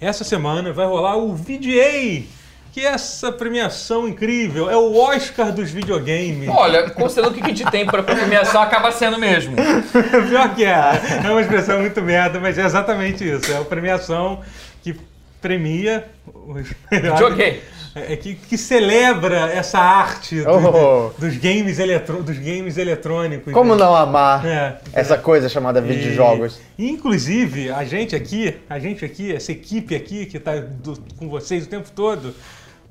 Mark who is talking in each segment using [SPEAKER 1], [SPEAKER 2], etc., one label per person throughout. [SPEAKER 1] Essa semana vai rolar o VGA, que é essa premiação incrível. É o Oscar dos videogames.
[SPEAKER 2] Olha, considerando o que a gente tem pra premiação, acaba sendo mesmo.
[SPEAKER 1] Pior que é. É uma expressão muito merda, mas é exatamente isso. É uma premiação que premia os melhores.
[SPEAKER 2] Joguei.
[SPEAKER 1] É, que, que celebra essa arte do-
[SPEAKER 3] Oh.
[SPEAKER 1] dos, games eletro, dos games eletrônicos. né?
[SPEAKER 3] Como não amar
[SPEAKER 1] É.
[SPEAKER 3] essa coisa chamada videojogos?
[SPEAKER 1] E, inclusive, a gente aqui, a gente aqui, essa equipe aqui que está com vocês o tempo todo,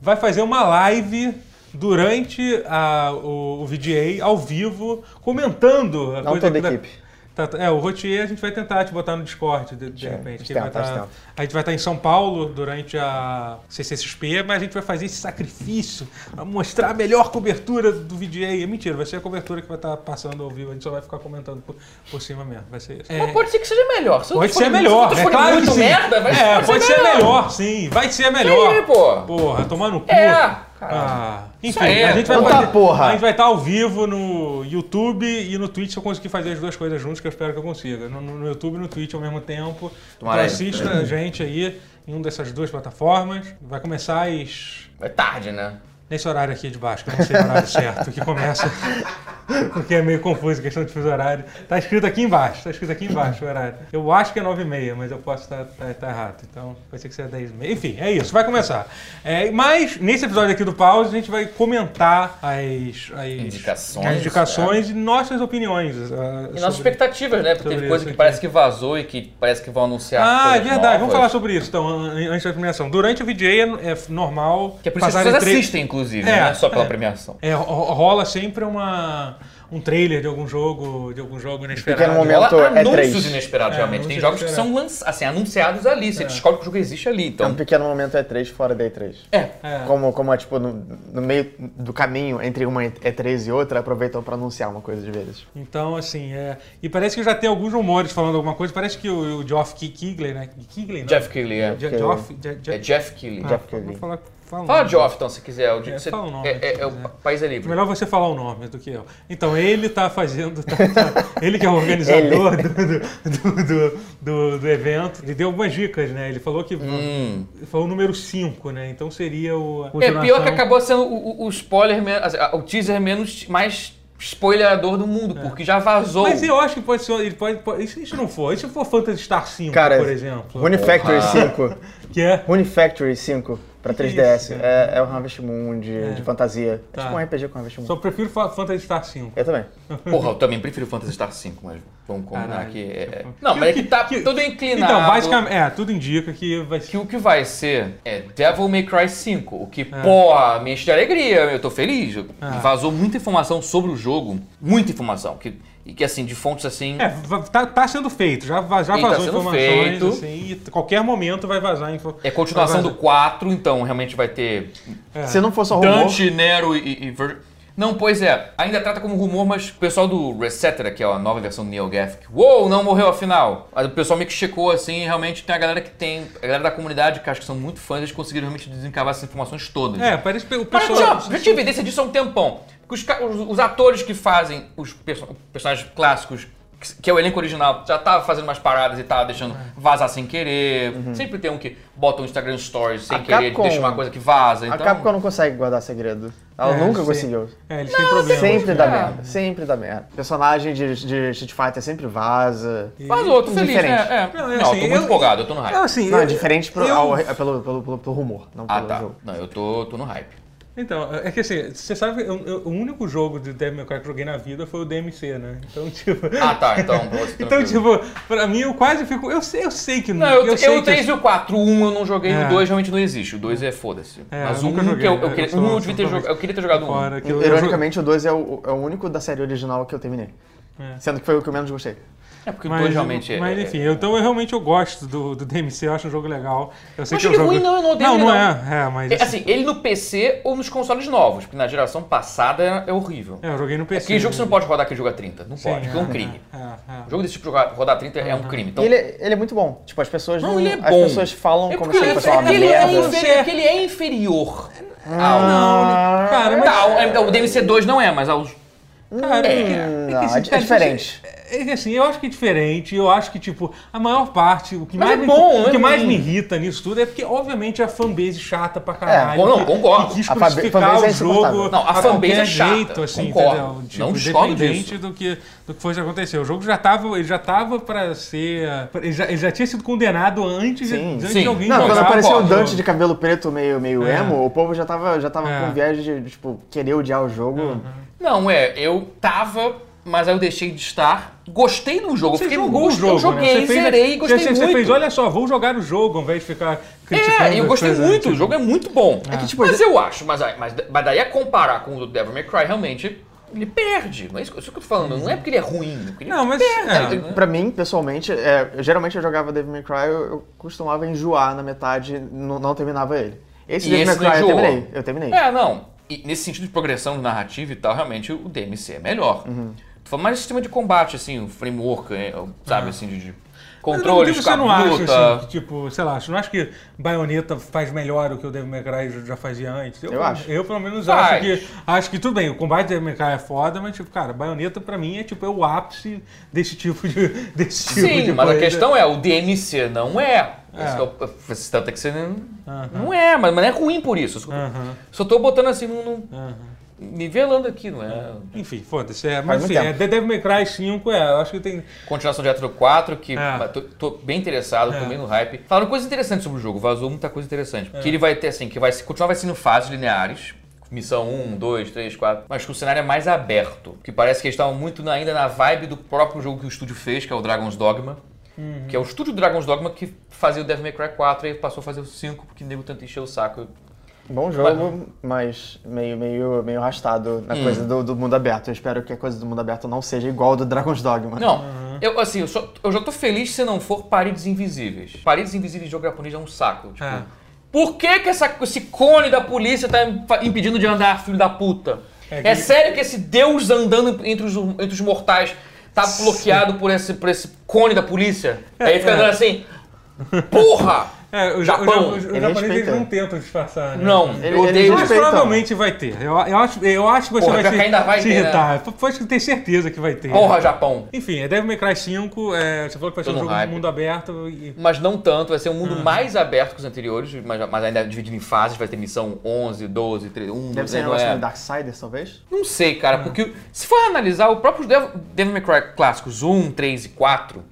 [SPEAKER 1] vai fazer uma live durante a- o, o VGA ao vivo, comentando a
[SPEAKER 3] Não
[SPEAKER 1] coisa
[SPEAKER 3] toda
[SPEAKER 1] que
[SPEAKER 3] a
[SPEAKER 1] tá-
[SPEAKER 3] equipe.
[SPEAKER 1] tá- tá- é, o Rotier a gente vai tentar te botar no Discord, de, de
[SPEAKER 3] É,
[SPEAKER 1] repente. que
[SPEAKER 3] tenta,
[SPEAKER 1] ele vai tá-
[SPEAKER 3] tenta.
[SPEAKER 1] a gente vai estar em São Paulo durante a CCXP, mas a gente vai fazer esse sacrifício pra mostrar a melhor cobertura do VGA. É mentira, vai ser a cobertura que vai estar passando ao vivo, a gente só vai ficar comentando por, por cima mesmo. Vai ser isso.
[SPEAKER 2] Mas pode ser que seja melhor. Se
[SPEAKER 1] É. Pode
[SPEAKER 2] for-
[SPEAKER 1] ser melhor,
[SPEAKER 2] se
[SPEAKER 1] é
[SPEAKER 2] for
[SPEAKER 1] claro que
[SPEAKER 2] muito
[SPEAKER 1] sim.
[SPEAKER 2] merda, vai
[SPEAKER 1] é, pode ser melhor.
[SPEAKER 2] melhor.
[SPEAKER 1] sim. Vai ser melhor.
[SPEAKER 2] Sim, pô.
[SPEAKER 1] Porra, tomar no cu.
[SPEAKER 2] É, caralho.
[SPEAKER 1] Ah, enfim,
[SPEAKER 2] Isso aí,
[SPEAKER 1] a gente vai
[SPEAKER 3] puta
[SPEAKER 1] fazer,
[SPEAKER 3] porra.
[SPEAKER 1] A gente vai estar ao vivo no YouTube e no Twitch se eu conseguir fazer as duas coisas juntos, que eu espero que eu consiga. No, no YouTube e no Twitch ao mesmo tempo.
[SPEAKER 2] Tomara aí.
[SPEAKER 1] então assista a gente aí em uma dessas duas plataformas. Vai começar às...
[SPEAKER 2] É tarde, né?
[SPEAKER 1] Nesse horário aqui de baixo, que eu não sei o horário certo, que começa. Porque é meio confuso a questão de fuso horário. Tá escrito aqui embaixo, tá escrito aqui embaixo o horário. Eu acho que é 9h30, mas eu posso estar errado. Então, pode ser que seja 10h30. Enfim, é isso, vai começar. É, mas, nesse episódio aqui do Pause, a gente vai comentar as, as
[SPEAKER 2] Indicações, é.
[SPEAKER 1] as indicações e nossas opiniões. ah,
[SPEAKER 2] E
[SPEAKER 1] sobre-
[SPEAKER 2] nossas expectativas, né? Porque
[SPEAKER 1] sobre
[SPEAKER 2] teve coisa
[SPEAKER 1] isso
[SPEAKER 2] que
[SPEAKER 1] aqui.
[SPEAKER 2] parece que vazou e que parece que vão anunciar.
[SPEAKER 1] Ah, é
[SPEAKER 2] coisas
[SPEAKER 1] verdade. Vamos
[SPEAKER 2] novas.
[SPEAKER 1] falar sobre isso, então, an- antes da premiação. Durante o VJ é é normal
[SPEAKER 2] Que é por isso que as
[SPEAKER 1] passarem
[SPEAKER 2] pessoas
[SPEAKER 1] três-
[SPEAKER 2] assistem, inclusive,
[SPEAKER 1] É,
[SPEAKER 2] não é só pela
[SPEAKER 1] é.
[SPEAKER 2] premiação.
[SPEAKER 1] É, ro- rola sempre uma, um trailer de algum jogo, de algum jogo inesperado.
[SPEAKER 3] pequeno momento.
[SPEAKER 2] Rola
[SPEAKER 3] Momento é
[SPEAKER 2] anúncios
[SPEAKER 3] três.
[SPEAKER 2] inesperados,
[SPEAKER 1] É,
[SPEAKER 2] realmente. Tem
[SPEAKER 1] anúncios É.
[SPEAKER 2] jogos que são lança- assim, anunciados ali. Você descobre que o jogo existe ali,
[SPEAKER 3] É
[SPEAKER 2] então.
[SPEAKER 3] um pequeno momento E3 fora da E3.
[SPEAKER 2] É.
[SPEAKER 1] É.
[SPEAKER 3] Como, como é, tipo, no, no meio do caminho entre uma E3 e outra, aproveitam pra anunciar uma coisa de vezes.
[SPEAKER 1] Então, assim, é. E parece que já tem alguns rumores falando alguma coisa. Parece que o, o Geoff Ki- Keighley, né? Keighley, não?
[SPEAKER 2] Jeff Keighley, é.
[SPEAKER 1] Je-
[SPEAKER 3] Keighley.
[SPEAKER 1] Geoff. Je- Je-
[SPEAKER 2] É Jeff Keighley.
[SPEAKER 1] Ah,
[SPEAKER 3] Jeff Keighley.
[SPEAKER 1] vou falar- fala o
[SPEAKER 2] Fala
[SPEAKER 1] nome.
[SPEAKER 2] Geoff, então, se quiser. O,
[SPEAKER 1] É,
[SPEAKER 2] você-
[SPEAKER 1] fala o nome,
[SPEAKER 2] é- é- é
[SPEAKER 1] se
[SPEAKER 2] o
[SPEAKER 1] quiser.
[SPEAKER 2] País é Livre.
[SPEAKER 1] Melhor você falar o nome do que eu. Então, ele tá fazendo. tá- tá- ele que é o organizador do, do, do, do- do evento. Ele deu algumas dicas, né? Ele falou que.
[SPEAKER 2] Hum.
[SPEAKER 1] Ele falou o número 5, né? Então seria o. a
[SPEAKER 2] É pior que
[SPEAKER 1] continuação.
[SPEAKER 2] acabou sendo o, o- o spoiler, men- assim, a- o teaser menos mais spoilerador do mundo, porque já vazou.
[SPEAKER 1] É. Mas eu acho que pode ser. Ele pode, pode, e se isso não for? E se for Phantasy Star 5,
[SPEAKER 3] Cara,
[SPEAKER 1] por exemplo?
[SPEAKER 3] Rune Factory
[SPEAKER 2] Porra.
[SPEAKER 3] 5.
[SPEAKER 1] Que é.
[SPEAKER 3] Rune Factory 5 pra
[SPEAKER 1] Que que é
[SPEAKER 3] 3DS.
[SPEAKER 1] isso, cara?
[SPEAKER 3] é, é um Harvest Moon de, de fantasia.
[SPEAKER 1] Tá.
[SPEAKER 3] É tipo um RPG com Harvest Moon.
[SPEAKER 1] Só prefiro fa- Phantasy Star 5.
[SPEAKER 3] Eu também.
[SPEAKER 2] Porra, eu também prefiro Phantasy Star 5, mas vamos combinar
[SPEAKER 1] Caralho.
[SPEAKER 2] que é... é- Não, mas é que tá tudo inclinado.
[SPEAKER 1] Então, basicamente. É, tudo indica que vai ser. um-
[SPEAKER 2] Que o que vai ser é Devil May Cry 5, o
[SPEAKER 1] É.
[SPEAKER 2] que, porra, me enche de alegria, eu tô feliz.
[SPEAKER 1] Ah.
[SPEAKER 2] Vazou muita informação sobre o jogo, muita informação, que, e que assim, de fontes assim...
[SPEAKER 1] É, va- tá, tá sendo feito, já, va- já
[SPEAKER 2] E tá
[SPEAKER 1] vazou
[SPEAKER 2] sendo
[SPEAKER 1] informações,
[SPEAKER 2] feito.
[SPEAKER 1] assim, e t- qualquer momento vai vazar info.
[SPEAKER 2] É continuação do
[SPEAKER 1] vai
[SPEAKER 2] 4, então realmente vai ter
[SPEAKER 1] É.
[SPEAKER 3] Se não fosse só rumor,
[SPEAKER 2] Dante, Nero e, e Ver- Não, pois é, ainda trata como rumor, mas o pessoal do Resetera, que é a nova versão do NeoGAF, uou, não morreu afinal. Aí o pessoal meio que checou assim, e realmente tem a galera que tem, a galera da comunidade, que acho que são muito fãs, eles conseguiram realmente desencavar essas informações todas.
[SPEAKER 1] É, parece que o
[SPEAKER 2] Mas
[SPEAKER 1] pessoal.
[SPEAKER 2] já, já tinha evidência disso há um tempão. Porque Os, ca- os- os atores que fazem os perso- personagens clássicos, que, que é o elenco original, já tava fazendo umas paradas e tava deixando
[SPEAKER 3] É.
[SPEAKER 2] vazar sem querer. Sempre tem um que bota um Instagram Stories sem
[SPEAKER 3] Uhum. A
[SPEAKER 2] querer,
[SPEAKER 3] Capcom-
[SPEAKER 2] deixa uma coisa que vaza.
[SPEAKER 3] a
[SPEAKER 2] Então...
[SPEAKER 3] Capcom não consegue guardar segredo. Ela
[SPEAKER 1] É,
[SPEAKER 3] nunca
[SPEAKER 1] sim.
[SPEAKER 3] conseguiu.
[SPEAKER 1] É, eles têm problemas.
[SPEAKER 3] Sempre dá
[SPEAKER 2] É.
[SPEAKER 3] merda, sempre dá merda. Personagem de, de Street Fighter sempre vaza.
[SPEAKER 2] Faz outro, feliz,
[SPEAKER 3] Diferente.
[SPEAKER 2] né? É.
[SPEAKER 1] Não,
[SPEAKER 2] Não,
[SPEAKER 1] é
[SPEAKER 2] eu tô
[SPEAKER 1] assim,
[SPEAKER 2] muito
[SPEAKER 1] eu-
[SPEAKER 2] empolgado, eu tô no hype.
[SPEAKER 1] É, assim,
[SPEAKER 3] Não, é
[SPEAKER 1] eu-
[SPEAKER 3] diferente pro-
[SPEAKER 1] eu-
[SPEAKER 3] ao- é pelo, pelo, pelo- pelo rumor, não
[SPEAKER 2] Ah,
[SPEAKER 3] pelo
[SPEAKER 2] tá.
[SPEAKER 3] jogo.
[SPEAKER 2] Não, eu tô, tô no hype.
[SPEAKER 1] Então, é que assim, você sabe, eu- eu- o único jogo de Devil May Cry que eu joguei na vida foi o DMC, né? Então, tipo.
[SPEAKER 2] Ah, tá, então. pô,
[SPEAKER 1] Então,
[SPEAKER 2] tranquilo.
[SPEAKER 1] tipo, pra mim eu quase fico. Eu sei, eu sei que é
[SPEAKER 2] Não, eu, eu,
[SPEAKER 1] sei
[SPEAKER 2] o 3 e o 4. O 1 eu não joguei,
[SPEAKER 1] É.
[SPEAKER 2] o 2 realmente não existe. O 2 é foda-se.
[SPEAKER 1] É,
[SPEAKER 2] Mas
[SPEAKER 1] eu
[SPEAKER 2] o
[SPEAKER 1] nunca
[SPEAKER 2] 1 que eu,
[SPEAKER 1] joguei,
[SPEAKER 2] eu,
[SPEAKER 1] eu
[SPEAKER 2] queria,
[SPEAKER 1] sou-
[SPEAKER 2] um eu, devia ter
[SPEAKER 1] sou
[SPEAKER 2] jogado- eu queria ter jogado um. o 1.
[SPEAKER 3] É
[SPEAKER 1] Fora, que eu- eu
[SPEAKER 3] Ironicamente, o 2 é o, é o único da série original que eu terminei.
[SPEAKER 1] É.
[SPEAKER 3] Sendo que foi o que eu menos gostei.
[SPEAKER 2] É porque o
[SPEAKER 1] Mas,
[SPEAKER 2] 2 realmente é.
[SPEAKER 1] mas
[SPEAKER 2] é-
[SPEAKER 1] enfim, eu- então eu realmente eu gosto do, do DMC, eu acho um jogo legal. Eu sei
[SPEAKER 2] Não
[SPEAKER 1] que é um
[SPEAKER 2] achei
[SPEAKER 1] jogo...
[SPEAKER 2] ruim, não, eu não odeio
[SPEAKER 1] Não,
[SPEAKER 2] ele,
[SPEAKER 1] não
[SPEAKER 2] não.
[SPEAKER 1] é, é, mas
[SPEAKER 2] É, assim, ele no PC ou nos consoles novos, porque na geração passada era- é horrível.
[SPEAKER 1] é, eu joguei no PC.
[SPEAKER 2] Aquele jogo você não pode rodar aquele jogo a 30. Não
[SPEAKER 1] Sim,
[SPEAKER 2] pode, porque é um crime.
[SPEAKER 1] É, é.
[SPEAKER 2] O jogo desse tipo jogar- rodar a 30 é um crime. Então,
[SPEAKER 3] E ele, ele é muito bom. Tipo, as pessoas
[SPEAKER 2] Não,
[SPEAKER 3] não-
[SPEAKER 2] ele é
[SPEAKER 3] as
[SPEAKER 2] bom.
[SPEAKER 3] pessoas falam
[SPEAKER 2] é
[SPEAKER 3] como
[SPEAKER 2] porque
[SPEAKER 3] se
[SPEAKER 2] ele,
[SPEAKER 3] fosse uma
[SPEAKER 2] é, ele, é
[SPEAKER 3] merda.
[SPEAKER 2] inferi- é que ele é inferior.
[SPEAKER 1] Ah.
[SPEAKER 2] ao-
[SPEAKER 1] Não,
[SPEAKER 2] Ah,
[SPEAKER 1] cara, mas...
[SPEAKER 2] Tá, o, o DMC2 não é, mas aos.
[SPEAKER 1] Cara,
[SPEAKER 2] É.
[SPEAKER 1] é que- é que
[SPEAKER 3] Não,
[SPEAKER 1] assim,
[SPEAKER 3] é
[SPEAKER 1] cara,
[SPEAKER 3] diferente.
[SPEAKER 1] se você- é, assim, eu acho que é diferente, eu acho que, tipo, a maior parte, o que,
[SPEAKER 2] Mas
[SPEAKER 1] mais,
[SPEAKER 2] é bom,
[SPEAKER 1] me, o
[SPEAKER 2] é
[SPEAKER 1] que mais
[SPEAKER 2] ruim.
[SPEAKER 1] me irrita nisso tudo é porque, obviamente, a fanbase chata pra caralho.
[SPEAKER 2] É, não,
[SPEAKER 1] que-
[SPEAKER 2] concordo.
[SPEAKER 1] Que quis
[SPEAKER 3] A fa-
[SPEAKER 1] crucificar
[SPEAKER 3] fanbase é
[SPEAKER 1] o jogo
[SPEAKER 3] insuportável.
[SPEAKER 2] Não, a fanbase
[SPEAKER 1] qualquer
[SPEAKER 2] é chata,
[SPEAKER 1] jeito, assim,
[SPEAKER 2] concordo.
[SPEAKER 1] entendeu? Tipo,
[SPEAKER 2] Não discordo
[SPEAKER 1] independente do que, do que foi que aconteceu. O jogo já tava, ele já tava pra ser... Ele já, ele já tinha sido condenado antes, de-
[SPEAKER 3] Sim.
[SPEAKER 1] antes
[SPEAKER 2] Sim.
[SPEAKER 1] de alguém
[SPEAKER 2] Não, é
[SPEAKER 3] Não, quando
[SPEAKER 1] jogar.
[SPEAKER 2] apareceu
[SPEAKER 3] apareceu o
[SPEAKER 2] concordo.
[SPEAKER 1] Pô,
[SPEAKER 3] Dante de cabelo preto meio, meio
[SPEAKER 1] É.
[SPEAKER 3] emo, o povo já tava, já tava
[SPEAKER 1] É.
[SPEAKER 3] com viagem de, tipo, querer odiar o jogo.
[SPEAKER 2] Não, é, eu tava, mas aí eu deixei de estar. Gostei do jogo, eu
[SPEAKER 1] Você
[SPEAKER 2] fiquei
[SPEAKER 1] jogou o
[SPEAKER 2] gostei,
[SPEAKER 1] jogo,
[SPEAKER 2] Eu joguei,
[SPEAKER 1] né? Você fez-
[SPEAKER 2] zerei, gostei
[SPEAKER 1] você,
[SPEAKER 2] muito.
[SPEAKER 1] Você fez, olha só, vou jogar o jogo, ao invés de ficar criticando
[SPEAKER 2] É, e eu
[SPEAKER 1] as
[SPEAKER 2] gostei
[SPEAKER 1] coisas,
[SPEAKER 2] muito,
[SPEAKER 1] tipo,
[SPEAKER 2] o jogo é muito bom.
[SPEAKER 3] É que, tipo,
[SPEAKER 2] mas eu acho, mas, aí- mas, mas daí a comparar com o do Devil May Cry, realmente, ele perde. Não é isso, isso que eu tô falando, não é porque ele é ruim. Porque ele
[SPEAKER 1] Não, mas...
[SPEAKER 2] perde.
[SPEAKER 1] é.
[SPEAKER 3] Pra mim, pessoalmente, é, eu- geralmente eu jogava Devil May Cry, eu, eu costumava enjoar na metade, n- não terminava ele. Esse
[SPEAKER 2] E
[SPEAKER 3] Devil
[SPEAKER 2] esse
[SPEAKER 3] May Cry eu
[SPEAKER 2] não enjoou.
[SPEAKER 3] terminei, eu terminei.
[SPEAKER 2] É, não. E nesse sentido de progressão de narrativa e tal, realmente o DMC é melhor.
[SPEAKER 1] Uhum.
[SPEAKER 2] Tu fala, Mas o sistema de combate, assim, o framework, é, o- sabe, assim, de, de
[SPEAKER 1] Ah. Mas ao mesmo
[SPEAKER 2] controles,
[SPEAKER 1] tempo, você
[SPEAKER 2] com
[SPEAKER 1] não
[SPEAKER 2] a
[SPEAKER 1] acha,
[SPEAKER 2] luta.
[SPEAKER 1] assim, que, tipo, sei lá, você não acha que Bayonetta faz melhor o que o Devil May Cry já fazia antes?
[SPEAKER 3] Eu acho.
[SPEAKER 1] Eu, pelo menos,
[SPEAKER 2] Faz.
[SPEAKER 1] acho que, acho que tudo bem. O combate do Devil May Cry é foda, mas, tipo, cara, Bayonetta, pra mim, é, tipo, é o ápice desse tipo de desse tipo
[SPEAKER 2] Sim,
[SPEAKER 1] de
[SPEAKER 2] mas a
[SPEAKER 1] coisa.
[SPEAKER 2] questão é, o DMC não é.
[SPEAKER 1] É.
[SPEAKER 2] Esse que é o- esse tanto é que você não, não é, mas, mas não é ruim por isso. Só,
[SPEAKER 1] Aham,
[SPEAKER 2] só tô botando assim, num, num-
[SPEAKER 1] aham.
[SPEAKER 2] nivelando aqui, não é?
[SPEAKER 1] Enfim, foda-se. É, mas,
[SPEAKER 3] muito
[SPEAKER 1] enfim, é,
[SPEAKER 3] tempo.
[SPEAKER 1] The Devil May Cry 5, é, eu acho que tem...
[SPEAKER 2] Continuação de Atro 4, que
[SPEAKER 1] É.
[SPEAKER 2] mas tô, tô bem interessado, tô
[SPEAKER 1] É.
[SPEAKER 2] bem no hype. Falaram coisas interessantes sobre o jogo, vazou muita coisa interessante. Que ele vai ter, assim, que vai se- continuar vai sendo fases lineares. Missão 1, 2, 3, 4. Mas que o cenário é mais aberto. Que parece que eles estavam muito na- ainda na vibe do próprio jogo que o estúdio fez, que é o Dragon's Dogma. Que é o estúdio do Dragon's Dogma que fazia o Devil May Cry 4 e passou a fazer o 5, porque o nego tanto encheu o saco.
[SPEAKER 3] Bom jogo, mas meio, meio, meio arrastado
[SPEAKER 2] Hum.
[SPEAKER 3] na coisa do, do mundo aberto. Eu espero que a coisa do mundo aberto não seja igual ao do Dragon's Dogma.
[SPEAKER 2] Não, eu assim, eu, só- eu já tô feliz se não for Paredes Invisíveis. Paredes Invisíveis de jogo japonês é um saco. Tipo,
[SPEAKER 1] É.
[SPEAKER 2] Por que, que essa, esse cone da polícia tá im- fa- impedindo de andar, filho da puta?
[SPEAKER 1] É
[SPEAKER 2] É,
[SPEAKER 1] que-
[SPEAKER 2] sério que esse deus andando entre os, entre os mortais tá bloqueado por esse, por esse cone da polícia? Aí ele fica
[SPEAKER 1] é.
[SPEAKER 2] andando assim. Porra!
[SPEAKER 1] É, os, os,
[SPEAKER 2] Japão,
[SPEAKER 1] os, os
[SPEAKER 3] ele
[SPEAKER 1] japoneses
[SPEAKER 3] respeita.
[SPEAKER 1] eles não tentam disfarçar, né?
[SPEAKER 2] Não, eu
[SPEAKER 3] Ele- ele
[SPEAKER 2] odeio
[SPEAKER 1] Mas
[SPEAKER 3] respeita.
[SPEAKER 2] isso.
[SPEAKER 3] Respeitão.
[SPEAKER 1] provavelmente vai ter. Eu, eu acho, eu acho que você
[SPEAKER 2] Porra,
[SPEAKER 1] vai
[SPEAKER 2] pior
[SPEAKER 1] se,
[SPEAKER 2] que ainda vai
[SPEAKER 1] se
[SPEAKER 2] ter, né?
[SPEAKER 1] irritar. Pode ter certeza que vai ter.
[SPEAKER 2] Porra, Japão!
[SPEAKER 1] Enfim, é Devil May Cry 5, é, você falou que vai ser
[SPEAKER 2] Tô
[SPEAKER 1] um
[SPEAKER 2] no
[SPEAKER 1] jogo
[SPEAKER 2] hype.
[SPEAKER 1] de mundo aberto e...
[SPEAKER 2] Mas não tanto, vai ser um mundo
[SPEAKER 1] Hum.
[SPEAKER 2] mais aberto que os anteriores, mas, mas ainda é dividido em fases, vai ter missão 11, 12, 13, 1,
[SPEAKER 3] Deve ser um
[SPEAKER 2] não
[SPEAKER 3] negócio
[SPEAKER 2] é.
[SPEAKER 3] meio Darksiders, talvez?
[SPEAKER 2] Não sei, cara, porque se for analisar, o próprio Devil, Devil May Cry clássicos 1, 3 e 4,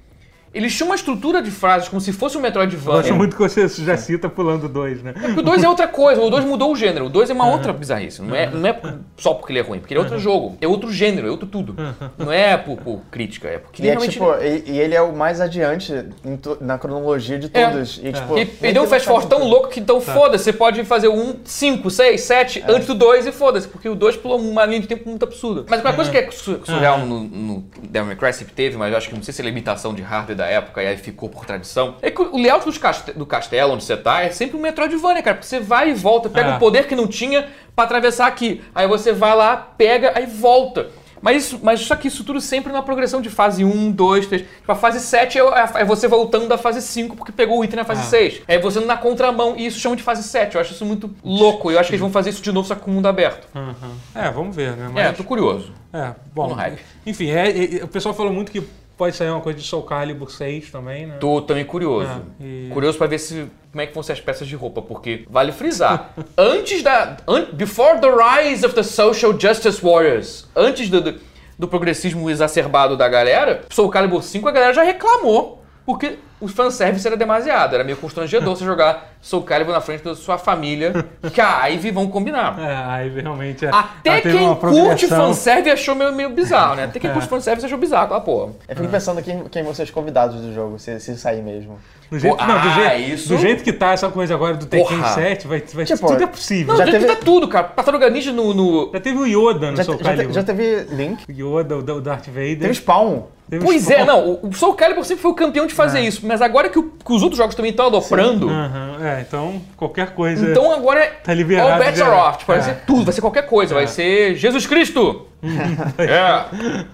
[SPEAKER 2] eles tinham uma estrutura de frases como se fosse um
[SPEAKER 1] Eu acho
[SPEAKER 2] Metroidvania.
[SPEAKER 1] muito que você já cita pulando dois, né?
[SPEAKER 2] Porque o 2 é outra coisa, o 2 mudou o gênero, o 2 é uma outra bizarrice, não é, não é por- só porque ele é ruim, porque ele é outro jogo, é outro gênero, é outro tudo. Não é por, por crítica, é porque
[SPEAKER 3] E,
[SPEAKER 2] ele
[SPEAKER 3] é,
[SPEAKER 2] realmente...
[SPEAKER 3] tipo, e, e ele é o mais adiante em to- na cronologia de
[SPEAKER 2] É.
[SPEAKER 3] todos. E, tipo,
[SPEAKER 2] E
[SPEAKER 3] nem
[SPEAKER 2] perdeu um
[SPEAKER 3] tudo faz
[SPEAKER 2] fast forward tão
[SPEAKER 3] sentido.
[SPEAKER 2] louco que então foda-se, você pode fazer um 5, 6, 7 antes do 2 e foda-se, porque o 2 pulou uma linha de tempo muito absurda. Mas uma coisa que é su- surreal no, no Devil May Cry sempre teve, mas eu acho que não sei se é limitação de hardware da época e aí ficou por tradição, é que o layout dos caste- do castelo onde você tá é sempre um Metroidvania, cara, porque você vai e volta, pega
[SPEAKER 1] É.
[SPEAKER 2] o poder que não tinha pra atravessar aqui, aí você vai lá, pega, aí volta. Mas, isso, mas só que isso tudo sempre numa progressão de fase 1, 2, 3. Tipo, a fase 7 é, é você voltando da fase 5 porque pegou o item na fase
[SPEAKER 1] Ah.
[SPEAKER 2] 6. É você na contramão, e isso chama de fase 7. Eu acho isso muito louco. Eu acho que eles vão fazer isso de novo, só que com o mundo aberto.
[SPEAKER 1] Aham. É, vamos ver, né?
[SPEAKER 2] É,
[SPEAKER 1] Mas,
[SPEAKER 2] tô curioso.
[SPEAKER 1] é, bom.
[SPEAKER 2] no hype.
[SPEAKER 1] Enfim, é, é- é- o pessoal falou muito que pode sair uma coisa de Soul Calibur 6 também, né?
[SPEAKER 2] Tô também curioso.
[SPEAKER 1] Ah, e-
[SPEAKER 2] Curioso pra ver se como é que vão ser as peças de roupa, porque vale frisar, antes da an- before the rise of the social justice warriors, antes do, do, do progressismo exacerbado da galera, Soul Calibur 5 a galera já reclamou, porque o fanservice era demasiado, era meio constrangedor você jogar Soul Calibur na frente da sua família, que a Ivy vão combinar.
[SPEAKER 1] É, aí realmente é.
[SPEAKER 2] Até
[SPEAKER 1] ela teve
[SPEAKER 2] quem
[SPEAKER 1] uma
[SPEAKER 2] curte
[SPEAKER 1] progressão. É.
[SPEAKER 2] fanservice achou meio, meio bizarro, né? Até quem curte fanservice achou bizarro, aquela porra.
[SPEAKER 3] Eu fico pensando quem, quem vão ser os convidados do jogo, se, se sair mesmo.
[SPEAKER 1] Do jeito,
[SPEAKER 2] Pô,
[SPEAKER 1] não, do,
[SPEAKER 2] ah,
[SPEAKER 1] jeito,
[SPEAKER 2] isso-
[SPEAKER 1] do jeito que tá essa coisa agora do Tekken
[SPEAKER 2] Porra.
[SPEAKER 1] 7, vai, vai
[SPEAKER 3] Tipo,
[SPEAKER 1] tudo é possível.
[SPEAKER 2] Não,
[SPEAKER 3] Já
[SPEAKER 2] já teve...
[SPEAKER 3] teve-
[SPEAKER 2] tá tudo, cara. Tartaruga Ninja no- no,
[SPEAKER 1] Já teve o Yoda no
[SPEAKER 3] Já,
[SPEAKER 1] Soul
[SPEAKER 3] te- já te-
[SPEAKER 1] Calibur.
[SPEAKER 3] já teve Link?
[SPEAKER 1] O Yoda, o da- o Darth Vader. tipo-
[SPEAKER 3] Teve Spawn?
[SPEAKER 1] Teve É. o
[SPEAKER 2] Pois
[SPEAKER 1] Spawn.
[SPEAKER 2] é, não, o- o Soul Calibur sempre foi o campeão de fazer isso, mas agora que, o- que os outros jogos também estão adoprando,
[SPEAKER 1] Aham, é, então qualquer coisa.
[SPEAKER 2] então agora é
[SPEAKER 1] Tá liberado
[SPEAKER 2] all bets
[SPEAKER 1] de-
[SPEAKER 2] are off, tipo, vai
[SPEAKER 1] É.
[SPEAKER 2] ser tudo, vai ser qualquer coisa, vai ser Jesus Cristo! é,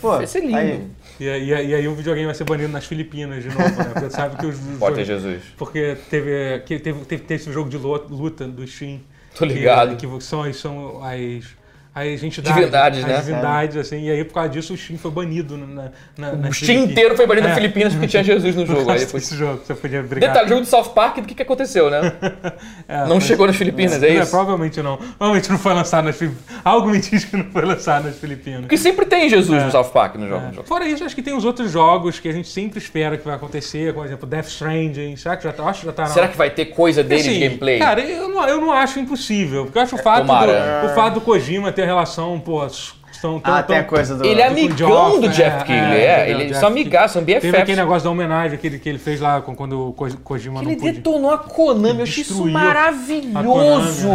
[SPEAKER 3] Pô,
[SPEAKER 2] vai ser é lindo.
[SPEAKER 3] aí.
[SPEAKER 1] E, aí- e aí- e aí o videogame vai ser banido nas Filipinas de novo, né? Porque sabe que os. os-
[SPEAKER 2] Pode ter Jesus.
[SPEAKER 1] Porque teve, que teve, teve, teve esse jogo de lu- luta do Steam.
[SPEAKER 2] Tô
[SPEAKER 1] que-
[SPEAKER 2] ligado.
[SPEAKER 1] Que, são, as- são as, as entidades,
[SPEAKER 2] Divindades,
[SPEAKER 1] as
[SPEAKER 2] né?
[SPEAKER 1] divindades, assim, e aí por causa disso o Steam foi banido na, na, na
[SPEAKER 2] O time inteiro foi
[SPEAKER 1] É.
[SPEAKER 2] banido das Filipinas porque tinha Jesus no jogo. Aí foi...
[SPEAKER 1] Esse jogo, você podia brigar.
[SPEAKER 2] Detalhe, jogo do South Park, do que, que aconteceu, né?
[SPEAKER 1] É,
[SPEAKER 2] Não
[SPEAKER 1] mas-
[SPEAKER 2] chegou nas Filipinas, é isso?
[SPEAKER 1] provavelmente não. Provavelmente não foi lançado nas Filipinas. Algo me diz que não foi lançado nas Filipinas.
[SPEAKER 2] Porque sempre tem Jesus no South Park no jogo. no
[SPEAKER 1] É.
[SPEAKER 2] jogo.
[SPEAKER 1] Fora isso, acho que tem os outros jogos que a gente sempre espera que vai acontecer, como, por exemplo, Death Stranding. Será que já tá, acho que já tá na
[SPEAKER 2] Será que vai ter coisa dele
[SPEAKER 1] Assim,
[SPEAKER 2] de gameplay? É,
[SPEAKER 1] Cara, eu não, eu não acho impossível. Porque eu acho o fato,
[SPEAKER 2] tomara.
[SPEAKER 1] do, o fato do Kojima ter relação, pô, são tão.
[SPEAKER 3] Ah, tem a
[SPEAKER 1] tão-
[SPEAKER 3] coisa do.
[SPEAKER 2] ele é
[SPEAKER 1] do
[SPEAKER 2] amigão do
[SPEAKER 1] Joff,
[SPEAKER 2] Jeff
[SPEAKER 1] tipo é,
[SPEAKER 2] Keighley,
[SPEAKER 1] é,
[SPEAKER 2] é.
[SPEAKER 1] entendeu?
[SPEAKER 2] Ele
[SPEAKER 1] Jeff
[SPEAKER 2] são amigaços, são
[SPEAKER 1] Teve aquele
[SPEAKER 2] BFFs.
[SPEAKER 1] negócio da homenagem que ele, que ele fez lá com- quando o Ko- Kojima
[SPEAKER 2] Ele
[SPEAKER 1] não podia. Ah,
[SPEAKER 2] detonou a Konami, eu achei isso
[SPEAKER 1] Destruiu a né,
[SPEAKER 2] maravilhoso.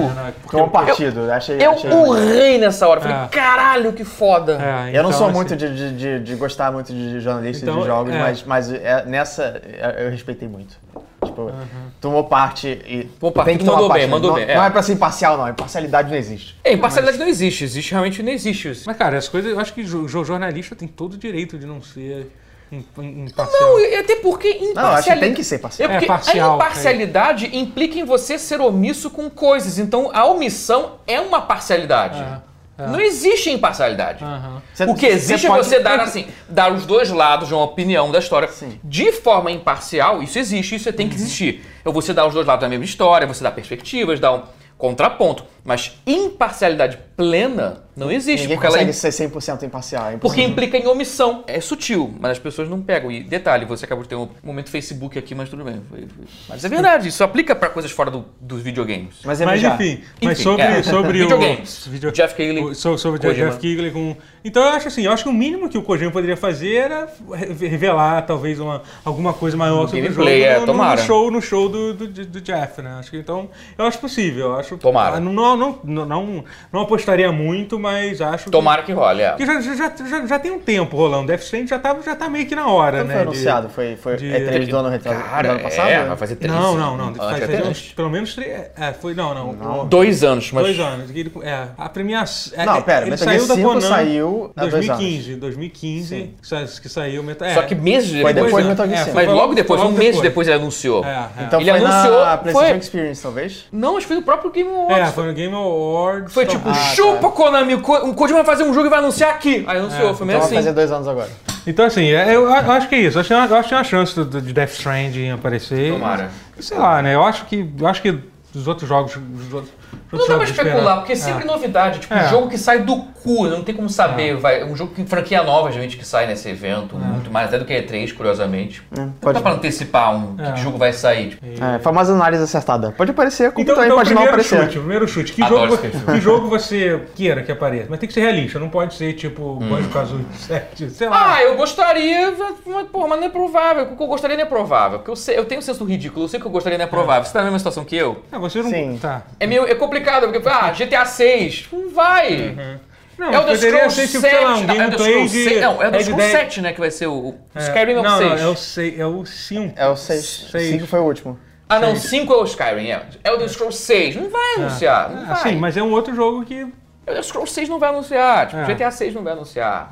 [SPEAKER 3] Tomou partido. achei,
[SPEAKER 2] Eu
[SPEAKER 3] achei-
[SPEAKER 2] urrei nessa hora, falei,
[SPEAKER 1] É.
[SPEAKER 2] caralho, que foda. É,
[SPEAKER 3] Eu não sou muito de, de- de- de gostar muito de jornalista e
[SPEAKER 1] assim, Então,
[SPEAKER 3] de jogos,
[SPEAKER 1] é.
[SPEAKER 3] mas, mas é, nessa é, eu respeitei muito. Tipo, tomou parte e.
[SPEAKER 2] Tomou parte,
[SPEAKER 3] tem que
[SPEAKER 2] mandou
[SPEAKER 3] tomar
[SPEAKER 2] bem,
[SPEAKER 3] parte.
[SPEAKER 2] mandou
[SPEAKER 3] não,
[SPEAKER 2] bem, é.
[SPEAKER 3] Não é pra ser imparcial, não. Imparcialidade não existe.
[SPEAKER 2] É, imparcialidade não existe, existe realmente não existe. isso.
[SPEAKER 1] Mas, cara, as coisas. Eu acho que jo- jo- jornalista tem todo o direito de não ser im- im- imparcial.
[SPEAKER 2] Não, e até porque
[SPEAKER 3] Não, eu acho que tem
[SPEAKER 2] imparcialidade.
[SPEAKER 3] que ser
[SPEAKER 2] É
[SPEAKER 3] parcial.
[SPEAKER 2] porque
[SPEAKER 1] parcial,
[SPEAKER 2] a imparcialidade implica em você ser omisso com coisas. Então a omissão é uma parcialidade.
[SPEAKER 1] É, é.
[SPEAKER 2] Não existe imparcialidade.
[SPEAKER 1] Aham.
[SPEAKER 3] Cê-
[SPEAKER 2] O que existe
[SPEAKER 3] cê
[SPEAKER 2] é
[SPEAKER 3] pode-
[SPEAKER 2] você dar assim, dar os dois lados de uma opinião da história
[SPEAKER 3] Sim.
[SPEAKER 2] de forma imparcial. Isso existe, isso tem que existir. É você dar os dois lados da mesma história, você dar perspectivas, dar um contraponto. Mas imparcialidade plena não existe,
[SPEAKER 3] Ninguém
[SPEAKER 2] porque ela
[SPEAKER 3] consegue
[SPEAKER 2] é
[SPEAKER 3] ser 100% imparcial. É
[SPEAKER 2] porque
[SPEAKER 3] impossível.
[SPEAKER 2] implica em omissão. É sutil, mas as pessoas não pegam. E detalhe, você acabou de ter um momento Facebook aqui, mas tudo bem. Foi- foi- Mas é verdade, isso aplica pra coisas fora do- dos videogames.
[SPEAKER 3] Mas é
[SPEAKER 1] Mas
[SPEAKER 3] beijar.
[SPEAKER 1] enfim, mas
[SPEAKER 2] Enfim,
[SPEAKER 1] sobre,
[SPEAKER 2] é.
[SPEAKER 1] sobre o.
[SPEAKER 2] Videogames.
[SPEAKER 1] Video...
[SPEAKER 2] Jeff Keighley,
[SPEAKER 1] o- so- sobre o
[SPEAKER 2] Kojima.
[SPEAKER 1] Jeff Keighley com. Então eu acho assim, eu acho que o mínimo que o Kojima poderia fazer era re- revelar talvez uma, alguma coisa maior sobre o
[SPEAKER 2] gameplay,
[SPEAKER 1] jogo
[SPEAKER 2] é,
[SPEAKER 1] no- no,
[SPEAKER 2] tomara.
[SPEAKER 1] show, no show do, do, do Jeff, né? Acho que então. Eu acho possível, eu acho.
[SPEAKER 2] Tomara.
[SPEAKER 1] Ah, Não, não, não, não, não apostaria muito, mas acho que-
[SPEAKER 2] Tomara que role, é.
[SPEAKER 1] Porque já, já, já, já- já tem um tempo rolando. Death Stranding já tá, já tá meio que na hora,
[SPEAKER 3] Quando
[SPEAKER 1] né?
[SPEAKER 3] foi
[SPEAKER 1] de-
[SPEAKER 3] anunciado? Foi, foi
[SPEAKER 1] de-
[SPEAKER 3] E3 do ano retrasado? do ano passado? né?
[SPEAKER 2] é, vai fazer três.
[SPEAKER 1] Não, não, não.
[SPEAKER 2] Ah,
[SPEAKER 1] Faz,
[SPEAKER 2] já
[SPEAKER 1] faz
[SPEAKER 2] tem
[SPEAKER 1] uns, pelo menos três. É, foi. Não, não.
[SPEAKER 2] Dois anos, mas...
[SPEAKER 1] Dois anos. Ele, é, a premiação. é,
[SPEAKER 3] Não,
[SPEAKER 1] é,
[SPEAKER 3] pera,
[SPEAKER 1] ele
[SPEAKER 3] Metal Gear
[SPEAKER 1] saiu da
[SPEAKER 3] 5
[SPEAKER 1] Konami
[SPEAKER 3] saiu há dois
[SPEAKER 1] 2015. 2015 que, sa- que saiu o Metal
[SPEAKER 2] Só que meses depois.
[SPEAKER 3] Foi depois
[SPEAKER 2] né?
[SPEAKER 3] do Metal Gear
[SPEAKER 1] É,
[SPEAKER 3] 5.
[SPEAKER 1] foi
[SPEAKER 2] Mas logo depois,
[SPEAKER 1] logo
[SPEAKER 2] um mês depois ele anunciou.
[SPEAKER 1] É, é.
[SPEAKER 3] Então
[SPEAKER 2] Ele
[SPEAKER 3] foi na
[SPEAKER 2] anunciou-
[SPEAKER 3] PlayStation
[SPEAKER 2] foi-
[SPEAKER 3] Experience, talvez?
[SPEAKER 2] Não, acho que foi do próprio Game Awards.
[SPEAKER 1] É, foi no Game Awards.
[SPEAKER 2] Foi tipo,
[SPEAKER 1] Ah,
[SPEAKER 3] tá.
[SPEAKER 2] chupa Konami, o Ko- o Kojima vai fazer um jogo e vai anunciar aqui. Aí anunciou, foi meio
[SPEAKER 3] Então vai fazer
[SPEAKER 2] assim.
[SPEAKER 3] dois anos agora.
[SPEAKER 1] Então, assim, é, eu, a- acho que é isso. Acho que tem uma- acho que tem uma chance do, do- de Death Stranding aparecer.
[SPEAKER 2] Tomara.
[SPEAKER 1] Sei lá, né? Eu acho que, eu acho que os outros jogos. Os outros, os
[SPEAKER 2] Não
[SPEAKER 1] outros
[SPEAKER 2] dá pra
[SPEAKER 1] jogos
[SPEAKER 2] especular,
[SPEAKER 1] esperam.
[SPEAKER 2] porque é sempre
[SPEAKER 1] É.
[SPEAKER 2] novidade. Tipo,
[SPEAKER 1] É.
[SPEAKER 2] um jogo que sai do cu, não tem como saber. Vai, um jogo que franquia nova, geralmente, que sai nesse evento. Muito mais, até do que a E3, curiosamente. não
[SPEAKER 3] pode
[SPEAKER 2] dá pra antecipar um que
[SPEAKER 1] É.
[SPEAKER 2] jogo vai sair. tipo.
[SPEAKER 3] É, famosa análise acertada. Pode aparecer como tá
[SPEAKER 1] Então,
[SPEAKER 3] tu
[SPEAKER 1] então
[SPEAKER 3] imaginar
[SPEAKER 1] primeiro
[SPEAKER 3] aparecer.
[SPEAKER 1] chute, primeiro chute. Que
[SPEAKER 2] Adoro
[SPEAKER 1] jogo,
[SPEAKER 2] esse perfil.
[SPEAKER 1] que jogo você queira que apareça? Mas tem que ser realista, não pode ser tipo
[SPEAKER 2] Hum.
[SPEAKER 1] Banjo Kazooie 7, sei lá.
[SPEAKER 2] Ah, eu gostaria, mas, porra, mas não é provável. O que eu gostaria não é provável. Porque eu, sei- eu tenho um senso do ridículo, eu sei que eu gostaria não é provável. Você tá na mesma situação que eu?
[SPEAKER 1] Ah, você não.
[SPEAKER 3] Sim.
[SPEAKER 1] Tá.
[SPEAKER 2] É meio é complicado, porque, ah, GTA 6, não vai.
[SPEAKER 1] Uhum. Não,
[SPEAKER 2] Elder
[SPEAKER 1] poderia
[SPEAKER 2] Scrolls
[SPEAKER 1] ser
[SPEAKER 2] 7.
[SPEAKER 1] tipo, sei lá, um
[SPEAKER 2] não, é
[SPEAKER 1] gameplay
[SPEAKER 2] Elder Scrolls
[SPEAKER 1] de.
[SPEAKER 2] 6, não,
[SPEAKER 1] é
[SPEAKER 2] Elder
[SPEAKER 1] de
[SPEAKER 2] Scrolls
[SPEAKER 1] 10.
[SPEAKER 2] 7, né, que vai ser o... o
[SPEAKER 1] É.
[SPEAKER 2] Skyrim é o
[SPEAKER 1] não,
[SPEAKER 2] 6.
[SPEAKER 1] Não, é o 6, é o 5.
[SPEAKER 3] É o 6.
[SPEAKER 1] Seis.
[SPEAKER 3] 5 foi o último.
[SPEAKER 2] Ah, não, 5 é o Skyrim, é. Elder Scrolls 6, não vai anunciar, não
[SPEAKER 1] Ah,
[SPEAKER 2] vai.
[SPEAKER 1] sim, mas é um outro jogo que.
[SPEAKER 2] Elder Scrolls 6 não vai anunciar, tipo,
[SPEAKER 1] É.
[SPEAKER 2] GTA 6 não vai anunciar.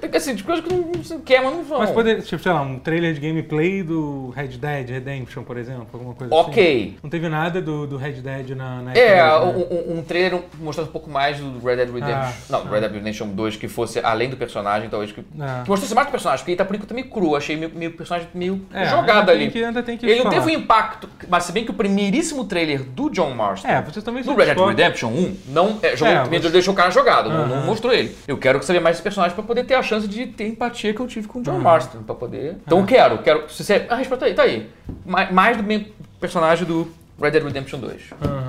[SPEAKER 2] Tem que, assim, de coisas que não, não se quer, mas não vão.
[SPEAKER 1] Ah. Mas poderia, tipo, sei lá, um trailer de gameplay do Red Dead Redemption, por exemplo, alguma coisa assim.
[SPEAKER 2] Ok.
[SPEAKER 1] Não teve nada do, do Red Dead na, na E3,
[SPEAKER 2] É,
[SPEAKER 1] né?
[SPEAKER 2] um, um- um trailer mostrando um pouco mais do Red Dead Redemption.
[SPEAKER 1] Ah,
[SPEAKER 2] não, Red Dead Redemption 2, que fosse além do personagem, talvez. Que,
[SPEAKER 1] Ah.
[SPEAKER 2] que mostrasse mais do personagem, porque ele tá por enquanto meio cru, achei meio, meio personagem meio
[SPEAKER 1] É, ainda
[SPEAKER 2] jogado
[SPEAKER 1] tem
[SPEAKER 2] ali.
[SPEAKER 1] que- ainda tem que
[SPEAKER 2] ele não
[SPEAKER 1] falar.
[SPEAKER 2] teve um impacto, mas se bem que o primeiríssimo trailer do John Marston.
[SPEAKER 1] É, você também
[SPEAKER 2] No Red Dead
[SPEAKER 1] satisfaz-
[SPEAKER 2] Redemption 1, não, é, jogou,
[SPEAKER 1] É, mas-
[SPEAKER 2] deixou o cara jogado, não, não mostrou ele. Eu quero saber mais desse personagem pra poder ter a chance de ter a empatia que eu tive com o John Marston, pra poder... Então eu quero, quero... Se você... A resposta tá aí, tá aí. Mais, mais do mesmo personagem do Red Dead Redemption 2.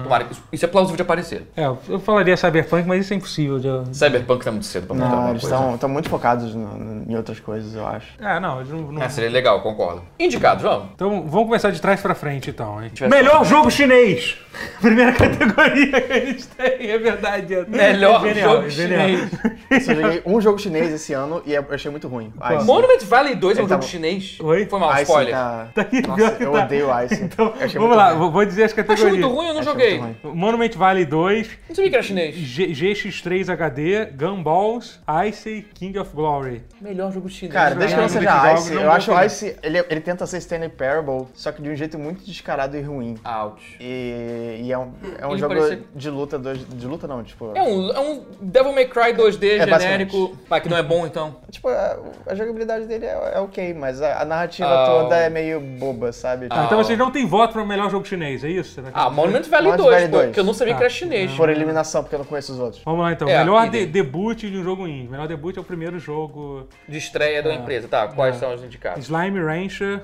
[SPEAKER 2] Tomara que isso, isso é plausível de aparecer.
[SPEAKER 1] É, eu falaria Cyberpunk, mas isso é impossível de,
[SPEAKER 2] Cyberpunk tá muito cedo pra montar
[SPEAKER 3] Não,
[SPEAKER 2] alguma
[SPEAKER 3] eles
[SPEAKER 2] coisa.
[SPEAKER 3] estão muito focados no- no- em outras coisas, eu acho.
[SPEAKER 1] É, não, eles não. não-
[SPEAKER 2] É, seria legal, concordo. Indicado, vamos.
[SPEAKER 1] Então vamos começar de trás pra frente então, hein?
[SPEAKER 2] Tiver
[SPEAKER 1] Melhor jogo chinês! Primeira categoria que a gente tem, é verdade. É
[SPEAKER 2] Melhor jogo chinês.
[SPEAKER 3] Eu joguei um jogo chinês esse ano e eu achei muito ruim. Ice.
[SPEAKER 2] Monument Valley 2 é um
[SPEAKER 3] Ele tá
[SPEAKER 2] jogo
[SPEAKER 3] bom.
[SPEAKER 2] chinês?
[SPEAKER 1] Oi?
[SPEAKER 2] Foi mal,
[SPEAKER 3] Ice
[SPEAKER 2] spoiler.
[SPEAKER 3] tá-
[SPEAKER 1] Tá aqui, pior
[SPEAKER 3] Nossa,
[SPEAKER 1] que
[SPEAKER 3] eu
[SPEAKER 1] tá.
[SPEAKER 3] odeio Ice.
[SPEAKER 1] Então,
[SPEAKER 3] Eu
[SPEAKER 1] vamos
[SPEAKER 3] achei muito
[SPEAKER 1] lá,
[SPEAKER 3] ruim.
[SPEAKER 1] vou- vou dizer as
[SPEAKER 2] Achei
[SPEAKER 1] categorias.
[SPEAKER 2] muito ruim, eu não
[SPEAKER 3] Achei
[SPEAKER 2] joguei.
[SPEAKER 3] muito ruim.
[SPEAKER 2] Não
[SPEAKER 1] Monument Valley 2,
[SPEAKER 2] sabia que era chinês.
[SPEAKER 1] G- GX3 HD, Gunballs, Ice e King of Glory.
[SPEAKER 2] Meu melhor jogo chinês.
[SPEAKER 3] Cara, desde que não
[SPEAKER 1] Não,
[SPEAKER 3] seja
[SPEAKER 1] não,
[SPEAKER 3] Ice,
[SPEAKER 1] não,
[SPEAKER 3] eu
[SPEAKER 1] não,
[SPEAKER 3] acho
[SPEAKER 1] não.
[SPEAKER 3] o Ice, ele, ele tenta ser Stanley Parable, só que de um jeito muito descarado e ruim.
[SPEAKER 2] Out.
[SPEAKER 3] E, e é um, é um
[SPEAKER 2] Ele
[SPEAKER 3] jogo
[SPEAKER 2] parecia-
[SPEAKER 3] de luta, dois, de luta não, tipo...
[SPEAKER 2] É um, é um Devil May Cry 2D
[SPEAKER 3] É,
[SPEAKER 2] genérico. Ah, que não é bom então.
[SPEAKER 3] Tipo, a, a jogabilidade dele é, é ok, mas a, a narrativa
[SPEAKER 2] Ah,
[SPEAKER 3] toda
[SPEAKER 2] o-
[SPEAKER 3] é meio boba, sabe?
[SPEAKER 1] Ah, então vocês não têm voto para o melhor jogo chinês, é isso? Você tá
[SPEAKER 2] Ah,
[SPEAKER 1] querendo dizer?
[SPEAKER 2] Monument Valley
[SPEAKER 3] Monument
[SPEAKER 2] 2,
[SPEAKER 3] Valley
[SPEAKER 2] pô,
[SPEAKER 3] 2.
[SPEAKER 2] porque eu não sabia
[SPEAKER 1] Ah,
[SPEAKER 2] que era chinês.
[SPEAKER 3] Por eliminação, porque eu não conheço os outros.
[SPEAKER 1] Vamos lá então.
[SPEAKER 2] É,
[SPEAKER 1] melhor
[SPEAKER 2] idem.
[SPEAKER 1] de, debut de um jogo indie. Melhor debut é o primeiro jogo.
[SPEAKER 2] De estreia da empresa, tá? Quais são os indicados?
[SPEAKER 1] Slime Rancher,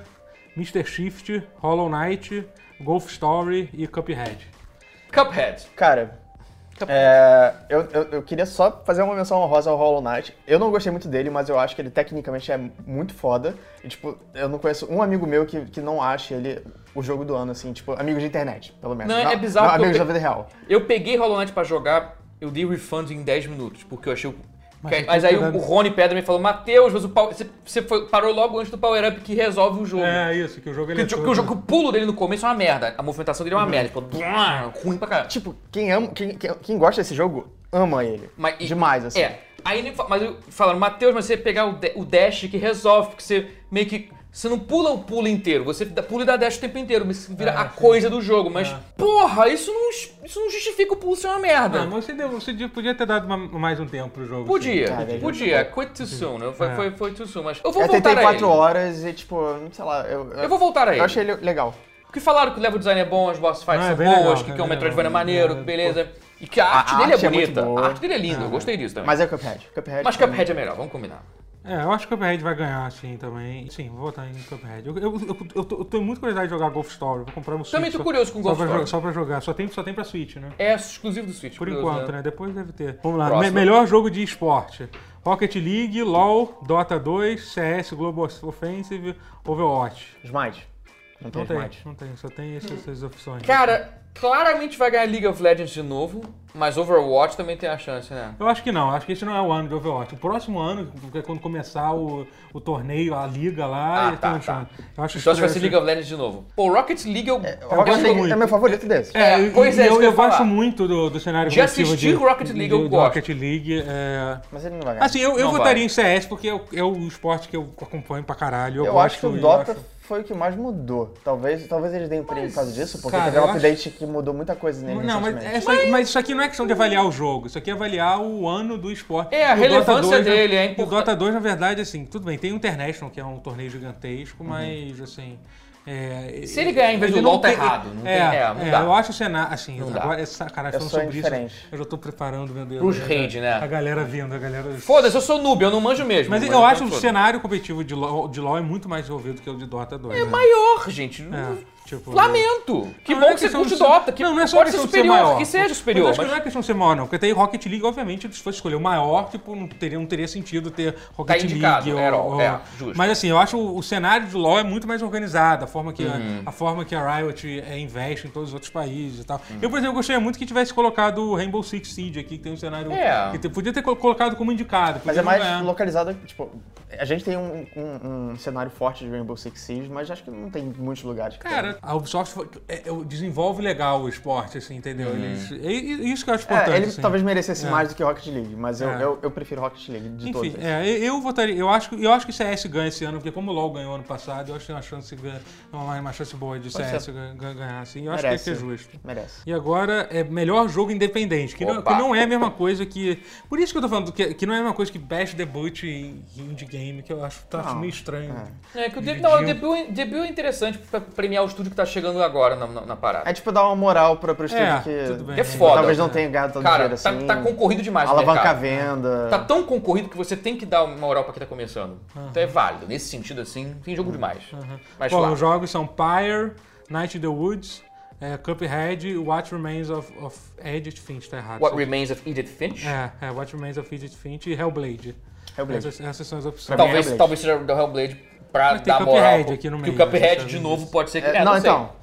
[SPEAKER 1] Mr. Shift, Hollow Knight, Golf Story e Cuphead.
[SPEAKER 2] Cuphead.
[SPEAKER 3] Cara, é, eu, eu, eu queria só fazer uma menção honrosa ao Hollow Knight. Eu não gostei muito dele, mas eu acho que ele tecnicamente é muito foda. E, tipo, eu não conheço um amigo meu que, que não acha ele o jogo do ano, assim, tipo, amigo de internet, pelo menos.
[SPEAKER 2] Não, é bizarro
[SPEAKER 3] Não,
[SPEAKER 2] porque eu
[SPEAKER 3] amigos da
[SPEAKER 2] pe-
[SPEAKER 3] vida real.
[SPEAKER 2] Eu peguei Hollow Knight pra jogar, eu dei refund em 10 minutos, porque eu achei o.
[SPEAKER 1] Mas
[SPEAKER 2] Mas,
[SPEAKER 1] eu
[SPEAKER 2] aí
[SPEAKER 1] tô
[SPEAKER 2] o,
[SPEAKER 1] dando-
[SPEAKER 2] o Rony Pedra me falou, Matheus, mas o pau- você, você foi- parou logo antes do Power Up que resolve o jogo.
[SPEAKER 1] É isso, que o jogo ele
[SPEAKER 2] Que,
[SPEAKER 1] é
[SPEAKER 2] o, jo-
[SPEAKER 1] todo- Uhum.
[SPEAKER 2] que o jogo- que o pulo dele no começo é uma merda. A movimentação dele é uma merda. Tipo, blá, ruim pra caralho.
[SPEAKER 3] Tipo, quem ama, quem, quem, quem gosta desse jogo, ama ele.
[SPEAKER 2] Mas- e-
[SPEAKER 3] Demais, assim.
[SPEAKER 2] É. Aí ele fa- mas eu- falaram, Matheus, mas você pegar o, da- o dash que resolve, porque você meio que. Você não pula o pulo inteiro, você dá- pula e dá dash o tempo inteiro, mas isso vira
[SPEAKER 1] É,
[SPEAKER 2] a
[SPEAKER 1] sim.
[SPEAKER 2] coisa do jogo. Mas, porra, isso não, ju- isso não justifica o pulo ser uma merda.
[SPEAKER 1] Ah, mas você, deu- você de- podia ter dado uma- mais um tempo pro jogo.
[SPEAKER 2] Podia,
[SPEAKER 3] Ah, daí
[SPEAKER 1] é
[SPEAKER 2] podia. Quit too soon. Eu-
[SPEAKER 1] Ah.
[SPEAKER 2] Foi, foi, foi too soon, mas... Eu vou
[SPEAKER 3] Eu
[SPEAKER 2] voltar a
[SPEAKER 3] tentei
[SPEAKER 2] ele.
[SPEAKER 3] É quatro horas e, tipo, sei lá, eu,
[SPEAKER 2] Eu vou voltar a ele.
[SPEAKER 3] eu achei ele legal.
[SPEAKER 2] Porque falaram que o level design é bom, as boss fights
[SPEAKER 1] Ah, é
[SPEAKER 2] são
[SPEAKER 1] bem
[SPEAKER 2] boas,
[SPEAKER 1] legal,
[SPEAKER 2] que,
[SPEAKER 1] é
[SPEAKER 2] que é um
[SPEAKER 1] bem
[SPEAKER 2] Metroidvania
[SPEAKER 1] legal.
[SPEAKER 2] maneiro,
[SPEAKER 1] É,
[SPEAKER 2] beleza. E que a arte
[SPEAKER 3] a
[SPEAKER 2] dele
[SPEAKER 3] arte
[SPEAKER 2] é
[SPEAKER 3] é muito
[SPEAKER 2] bonita.
[SPEAKER 3] boa.
[SPEAKER 2] a arte dele é linda, eu gostei disso também. Mas,
[SPEAKER 3] Mas é Cuphead. Cuphead
[SPEAKER 2] Cuphead é melhor, vamos combinar.
[SPEAKER 1] É, eu acho que o Cuphead vai ganhar, assim, também. Sim, vou votar em Cuphead. Eu, eu, eu, eu tô, eu tô muito curiosidade de jogar Golf Story. Vou comprar um Switch.
[SPEAKER 2] Também tô
[SPEAKER 1] só-
[SPEAKER 2] curioso com
[SPEAKER 1] só
[SPEAKER 2] Golf
[SPEAKER 1] pra
[SPEAKER 2] Story.
[SPEAKER 1] jo- Só pra jogar. Só tem, só tem pra Switch, né?
[SPEAKER 2] É exclusivo do Switch,
[SPEAKER 1] Por
[SPEAKER 2] curioso,
[SPEAKER 1] enquanto, né? Depois deve ter. Vamos lá.
[SPEAKER 2] Próximo.
[SPEAKER 1] Me- melhor jogo de esporte. Rocket League, LoL, Dota 2, CS, Global Offensive, Overwatch.
[SPEAKER 3] Smite. Não tem
[SPEAKER 1] Não tem,
[SPEAKER 3] Smite.
[SPEAKER 1] não tem. Só tem essas, essas opções.
[SPEAKER 2] Cara, claramente vai ganhar League of Legends de novo, mas Overwatch também tem a chance, né?
[SPEAKER 1] Eu acho que não, acho que esse não é o ano de Overwatch. O próximo ano, que é quando começar o, o torneio, a liga lá,
[SPEAKER 2] Ah,
[SPEAKER 1] ele
[SPEAKER 2] tá,
[SPEAKER 1] tem um
[SPEAKER 2] tá.
[SPEAKER 1] chance. Eu acho
[SPEAKER 2] Então acho que vai
[SPEAKER 1] estranho,
[SPEAKER 2] ser League of Legends de novo. Pô, Rocket League eu...
[SPEAKER 3] O Rocket
[SPEAKER 1] gosto
[SPEAKER 3] League
[SPEAKER 1] muito.
[SPEAKER 3] é meu favorito desse.
[SPEAKER 1] É,
[SPEAKER 2] É, pois é,
[SPEAKER 1] e
[SPEAKER 2] isso
[SPEAKER 1] eu,
[SPEAKER 2] que eu
[SPEAKER 1] eu
[SPEAKER 2] ia falar.
[SPEAKER 1] gosto muito do, do cenário
[SPEAKER 2] De
[SPEAKER 1] competitivo
[SPEAKER 2] assistir
[SPEAKER 1] de,
[SPEAKER 2] Rocket League,
[SPEAKER 1] de-
[SPEAKER 2] eu
[SPEAKER 1] do
[SPEAKER 2] gosto.
[SPEAKER 1] Rocket League, é...
[SPEAKER 3] Mas ele não vai ganhar.
[SPEAKER 1] Assim, eu, eu
[SPEAKER 2] Não
[SPEAKER 1] votaria
[SPEAKER 2] vai.
[SPEAKER 1] em CS porque é o, é o esporte que eu acompanho pra caralho. Eu,
[SPEAKER 3] Eu
[SPEAKER 1] gosto,
[SPEAKER 3] acho que
[SPEAKER 1] e
[SPEAKER 3] o Dota
[SPEAKER 1] acho-
[SPEAKER 3] foi o que mais mudou. Talvez, talvez eles deem prêmio por causa disso, porque
[SPEAKER 1] cara,
[SPEAKER 3] teve um
[SPEAKER 1] eu
[SPEAKER 3] update que mudou muita coisa nele
[SPEAKER 1] Não, mas,
[SPEAKER 3] recentemente.
[SPEAKER 1] essa- mas isso aqui não é questão de avaliar o jogo, isso aqui é avaliar o ano do esporte.
[SPEAKER 2] É, a
[SPEAKER 1] E o
[SPEAKER 2] relevância
[SPEAKER 1] Dota 2,
[SPEAKER 2] dele, é
[SPEAKER 1] e O
[SPEAKER 2] importan-
[SPEAKER 1] Dota 2, na verdade, assim, tudo bem, tem o International, que é um torneio gigantesco,
[SPEAKER 3] Uhum.
[SPEAKER 1] mas, assim... é,
[SPEAKER 2] Se ele ganhar em vez do
[SPEAKER 1] não
[SPEAKER 2] LoL, tá
[SPEAKER 1] tem-
[SPEAKER 2] errado, não tem-
[SPEAKER 1] é,
[SPEAKER 2] é, não dá.
[SPEAKER 1] Eu acho o cenário, assim,
[SPEAKER 2] Não dá.
[SPEAKER 1] agora, essa, cara,
[SPEAKER 3] Eu
[SPEAKER 1] falando
[SPEAKER 3] sou
[SPEAKER 1] sobre
[SPEAKER 3] É indiferente.
[SPEAKER 1] isso, eu já tô preparando, meu Deus.
[SPEAKER 2] Pros
[SPEAKER 1] a-
[SPEAKER 2] rage, né?
[SPEAKER 1] A galera vindo, a galera...
[SPEAKER 2] Foda-se, então eu sou noob, eu não manjo mesmo.
[SPEAKER 1] Mas eu acho que é
[SPEAKER 2] que
[SPEAKER 1] o cenário competitivo de LoL, de LoL é muito mais desenvolvido que o de Dota 2.
[SPEAKER 2] É
[SPEAKER 1] né?
[SPEAKER 2] maior, gente. Não-
[SPEAKER 1] tipo-
[SPEAKER 2] Lamento. Que
[SPEAKER 1] Não,
[SPEAKER 2] bom
[SPEAKER 1] não é
[SPEAKER 2] que você
[SPEAKER 1] questão de
[SPEAKER 2] curte
[SPEAKER 1] ser-
[SPEAKER 2] Dota. Que
[SPEAKER 1] não, não é só
[SPEAKER 2] pode ser
[SPEAKER 1] questão de ser
[SPEAKER 2] superior,
[SPEAKER 1] maior.
[SPEAKER 2] que seja
[SPEAKER 1] Mas
[SPEAKER 2] superior.
[SPEAKER 1] acho que não
[SPEAKER 2] mas
[SPEAKER 1] é questão de ser maior, não. Porque tem Rocket League, obviamente, se fosse escolher o maior, tipo, não teria, não teria sentido ter Rocket League.
[SPEAKER 2] Tá indicado,
[SPEAKER 1] ou-
[SPEAKER 2] era,
[SPEAKER 1] ou-
[SPEAKER 2] é, justo.
[SPEAKER 1] Mas assim, eu acho o, o cenário de LoL é muito mais organizado, a forma que,
[SPEAKER 2] Uhum.
[SPEAKER 1] a, a forma que a Riot é, investe em todos os outros países e tal.
[SPEAKER 2] Uhum.
[SPEAKER 1] Eu, por exemplo, gostaria muito que tivesse colocado o Rainbow Six Siege aqui, que tem um cenário.
[SPEAKER 2] É.
[SPEAKER 1] Que te- podia ter co- colocado como indicado.
[SPEAKER 3] Mas
[SPEAKER 1] podia
[SPEAKER 3] é
[SPEAKER 1] não
[SPEAKER 3] mais
[SPEAKER 1] ganhar.
[SPEAKER 3] localizado, tipo, a gente tem um, um- um cenário forte de Rainbow Six Siege, mas acho que não tem muitos lugares. que tem.
[SPEAKER 1] Cara, a Ubisoft foi- é- é- desenvolve legal o esporte, assim,
[SPEAKER 2] Uhum.
[SPEAKER 1] entendeu? Eles, e- e- isso que eu acho importante.
[SPEAKER 3] É, ele
[SPEAKER 1] assim.
[SPEAKER 3] talvez merecesse
[SPEAKER 1] É.
[SPEAKER 3] mais do que Rocket League, mas eu,
[SPEAKER 1] É.
[SPEAKER 3] eu, eu prefiro Rocket League de
[SPEAKER 1] Enfim,
[SPEAKER 3] todos.
[SPEAKER 1] é, eu eu votaria. Eu acho, que- eu acho que CS ganha esse ano, porque como o LoL ganhou ano passado, eu acho que tem uma chance, ganha- uma, uma chance boa de
[SPEAKER 3] Pode
[SPEAKER 1] CS
[SPEAKER 3] ser.
[SPEAKER 1] gan- gan- ganhar, assim. Eu acho que
[SPEAKER 3] Merece.
[SPEAKER 1] tem que ser justo.
[SPEAKER 3] Merece.
[SPEAKER 1] E agora é melhor jogo independente, que não,
[SPEAKER 2] Opa.
[SPEAKER 1] que não é a mesma coisa que. Por isso que eu tô falando, que, que não é a mesma coisa que Best Debut em indie game, que eu acho, tá, acho
[SPEAKER 3] Não,
[SPEAKER 1] meio estranho.
[SPEAKER 2] É que o debut, não, o
[SPEAKER 1] Dividiu.
[SPEAKER 2] debut, debut é interessante pra premiar o estúdio que tá chegando agora na, na- na parada.
[SPEAKER 3] É tipo dar uma moral pro, pro estúdio
[SPEAKER 1] É,
[SPEAKER 3] que
[SPEAKER 1] tudo bem.
[SPEAKER 2] É foda.
[SPEAKER 3] talvez não tenha ganhado tanto
[SPEAKER 2] Cara,
[SPEAKER 3] dinheiro
[SPEAKER 2] tá,
[SPEAKER 3] assim.
[SPEAKER 2] tá concorrido demais o
[SPEAKER 3] alavanca a
[SPEAKER 2] mercado.
[SPEAKER 3] venda.
[SPEAKER 2] Tá tão concorrido que você tem que dar uma moral pra quem tá começando. Então é válido. Nesse sentido, assim, tem jogo demais. Mas
[SPEAKER 1] Bom,
[SPEAKER 2] lá.
[SPEAKER 1] os jogos são Pyre, Night in the Woods, é, Cuphead, What Remains of, of Edith Finch, tá errado.
[SPEAKER 2] What Remains of Edith Finch?
[SPEAKER 1] é, é, What Remains of Edith Finch e Hellblade.
[SPEAKER 3] Hellblade.
[SPEAKER 1] Essas, essas são as opções.
[SPEAKER 3] Pra mim, é
[SPEAKER 2] Talvez,
[SPEAKER 3] Hellblade.
[SPEAKER 2] talvez seja do Hellblade pra
[SPEAKER 1] é Mas tem
[SPEAKER 2] dar moral.
[SPEAKER 1] Cuphead aqui no
[SPEAKER 2] que
[SPEAKER 1] meio,
[SPEAKER 2] o Cuphead,
[SPEAKER 1] sabe
[SPEAKER 2] de
[SPEAKER 1] disso.
[SPEAKER 2] novo, pode ser que...
[SPEAKER 3] É,
[SPEAKER 2] é,
[SPEAKER 3] não,
[SPEAKER 2] sei.
[SPEAKER 3] então.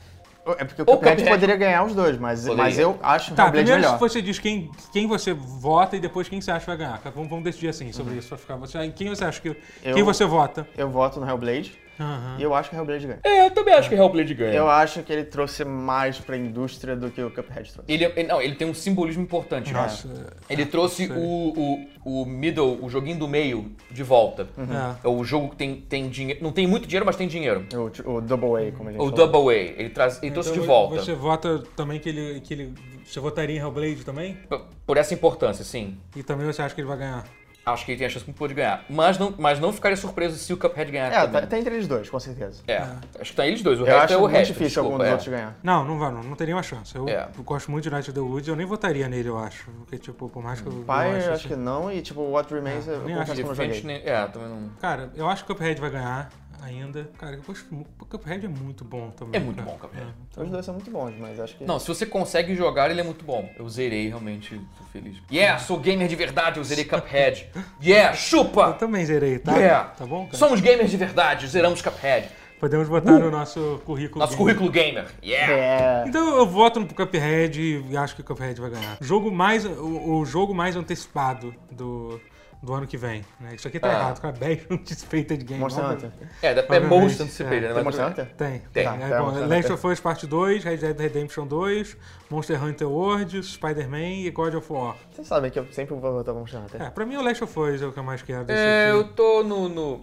[SPEAKER 3] É porque o
[SPEAKER 2] Ou
[SPEAKER 3] Cuphead
[SPEAKER 2] Cuphead.
[SPEAKER 3] poderia ganhar os dois, mas,
[SPEAKER 2] Poderia.
[SPEAKER 3] mas eu acho o
[SPEAKER 1] Tá,
[SPEAKER 3] Hellblade
[SPEAKER 1] primeiro
[SPEAKER 3] melhor.
[SPEAKER 1] você diz quem, quem você vota e depois quem você acha que Tá,
[SPEAKER 3] Uhum.
[SPEAKER 1] vai ganhar. Vamos, vamos decidir assim sobre isso pra ficar. Você, em quem você acha que.
[SPEAKER 3] Eu-
[SPEAKER 1] Quem você vota?
[SPEAKER 3] Eu voto no Hellblade.
[SPEAKER 1] Aham.
[SPEAKER 3] E eu acho que o Hellblade ganha.
[SPEAKER 2] É, eu também acho que Hellblade ganha.
[SPEAKER 3] Eu acho que ele trouxe mais pra indústria do que o Cuphead trouxe.
[SPEAKER 2] Ele, ele- não, ele tem um simbolismo importante.
[SPEAKER 3] É.
[SPEAKER 2] né?
[SPEAKER 1] Nossa. é.
[SPEAKER 2] Ele trouxe
[SPEAKER 1] Sei.
[SPEAKER 2] o, o, o middle, o joguinho do meio, de volta.
[SPEAKER 3] Uhum.
[SPEAKER 2] É o jogo que tem, tem dinheiro. Não tem muito dinheiro, mas tem dinheiro.
[SPEAKER 3] O, o Double A, como a gente
[SPEAKER 2] O
[SPEAKER 3] falou.
[SPEAKER 2] Double A, ele, traz, ele trouxe
[SPEAKER 1] Então
[SPEAKER 2] de volta.
[SPEAKER 1] Você vota também que ele, que ele. Você votaria em Hellblade também?
[SPEAKER 2] P- Por essa importância, sim.
[SPEAKER 1] E também você acha que ele vai ganhar?
[SPEAKER 2] Acho que ele tem a chance muito boa de ganhar. Mas não, mas não ficaria surpreso se o Cuphead ganhar
[SPEAKER 3] É,
[SPEAKER 2] também.
[SPEAKER 3] tá, tá entre eles dois, com certeza.
[SPEAKER 2] É, acho que tá eles dois. O
[SPEAKER 3] eu
[SPEAKER 2] resto
[SPEAKER 3] acho
[SPEAKER 2] é o
[SPEAKER 3] muito
[SPEAKER 2] resto.
[SPEAKER 3] difícil
[SPEAKER 2] desculpa,
[SPEAKER 3] algum dos
[SPEAKER 2] é.
[SPEAKER 3] outros ganhar.
[SPEAKER 1] Não, não vai, não, não teria uma chance. Eu,
[SPEAKER 2] É.
[SPEAKER 1] eu gosto muito de Night of the Woods, eu nem votaria nele, eu acho. Porque, tipo, por mais que eu. eu
[SPEAKER 3] Pai,
[SPEAKER 1] acho
[SPEAKER 3] eu acho que não, e tipo, What
[SPEAKER 2] Ah,
[SPEAKER 3] Remains, eu
[SPEAKER 1] nem
[SPEAKER 3] confesso
[SPEAKER 1] acho
[SPEAKER 3] que eu não
[SPEAKER 2] De frente,
[SPEAKER 3] joguei.
[SPEAKER 2] né? É, também não.
[SPEAKER 1] Cara, eu acho que o Cuphead vai ganhar ainda. Cara, eu gosto muito. O Cuphead é muito bom também.
[SPEAKER 2] É muito
[SPEAKER 1] cara.
[SPEAKER 2] bom, Cuphead.
[SPEAKER 1] É,
[SPEAKER 3] Os
[SPEAKER 1] então,
[SPEAKER 3] dois são muito bons, mas acho que...
[SPEAKER 2] Não, se você consegue jogar, ele é muito bom. Eu zerei, realmente, tô feliz. Yeah, sou gamer de verdade, eu zerei Cuphead. Yeah,
[SPEAKER 1] eu
[SPEAKER 2] chupa!
[SPEAKER 1] também zerei, tá?
[SPEAKER 2] Yeah!
[SPEAKER 1] Tá bom, cara?
[SPEAKER 2] Somos gamers de verdade, zeramos Cuphead.
[SPEAKER 1] Podemos botar no nosso currículo.
[SPEAKER 2] Uh! Nosso
[SPEAKER 1] gamer.
[SPEAKER 2] currículo gamer. Yeah!
[SPEAKER 3] É...
[SPEAKER 1] Então eu voto no Cuphead e acho que o Cuphead vai ganhar. Jogo mais, o, o jogo mais antecipado do, do ano que vem. né? Isso aqui tá
[SPEAKER 2] Ah.
[SPEAKER 1] errado, cara. Best anticipated game.
[SPEAKER 3] Monster
[SPEAKER 1] Não,
[SPEAKER 3] Hunter.
[SPEAKER 2] É, da- é
[SPEAKER 1] Obviamente,
[SPEAKER 2] most anticipated,
[SPEAKER 1] é.
[SPEAKER 2] né?
[SPEAKER 3] Tem
[SPEAKER 2] Mas-
[SPEAKER 3] Monster Hunter?
[SPEAKER 1] Tem.
[SPEAKER 2] Tem.
[SPEAKER 1] Tá,
[SPEAKER 3] Tá,
[SPEAKER 1] é,
[SPEAKER 3] tá,
[SPEAKER 1] bom,
[SPEAKER 3] tá,
[SPEAKER 1] Last
[SPEAKER 3] tá.
[SPEAKER 1] of Us Part 2, Red Dead Redemption 2, Monster Hunter World, Spider-Man e God of War.
[SPEAKER 3] Vocês sabem que eu sempre vou votar Monster Hunter.
[SPEAKER 1] É, pra mim o Last of Us é o que eu mais quero desse
[SPEAKER 2] É,
[SPEAKER 1] tipo.
[SPEAKER 2] eu tô no. no-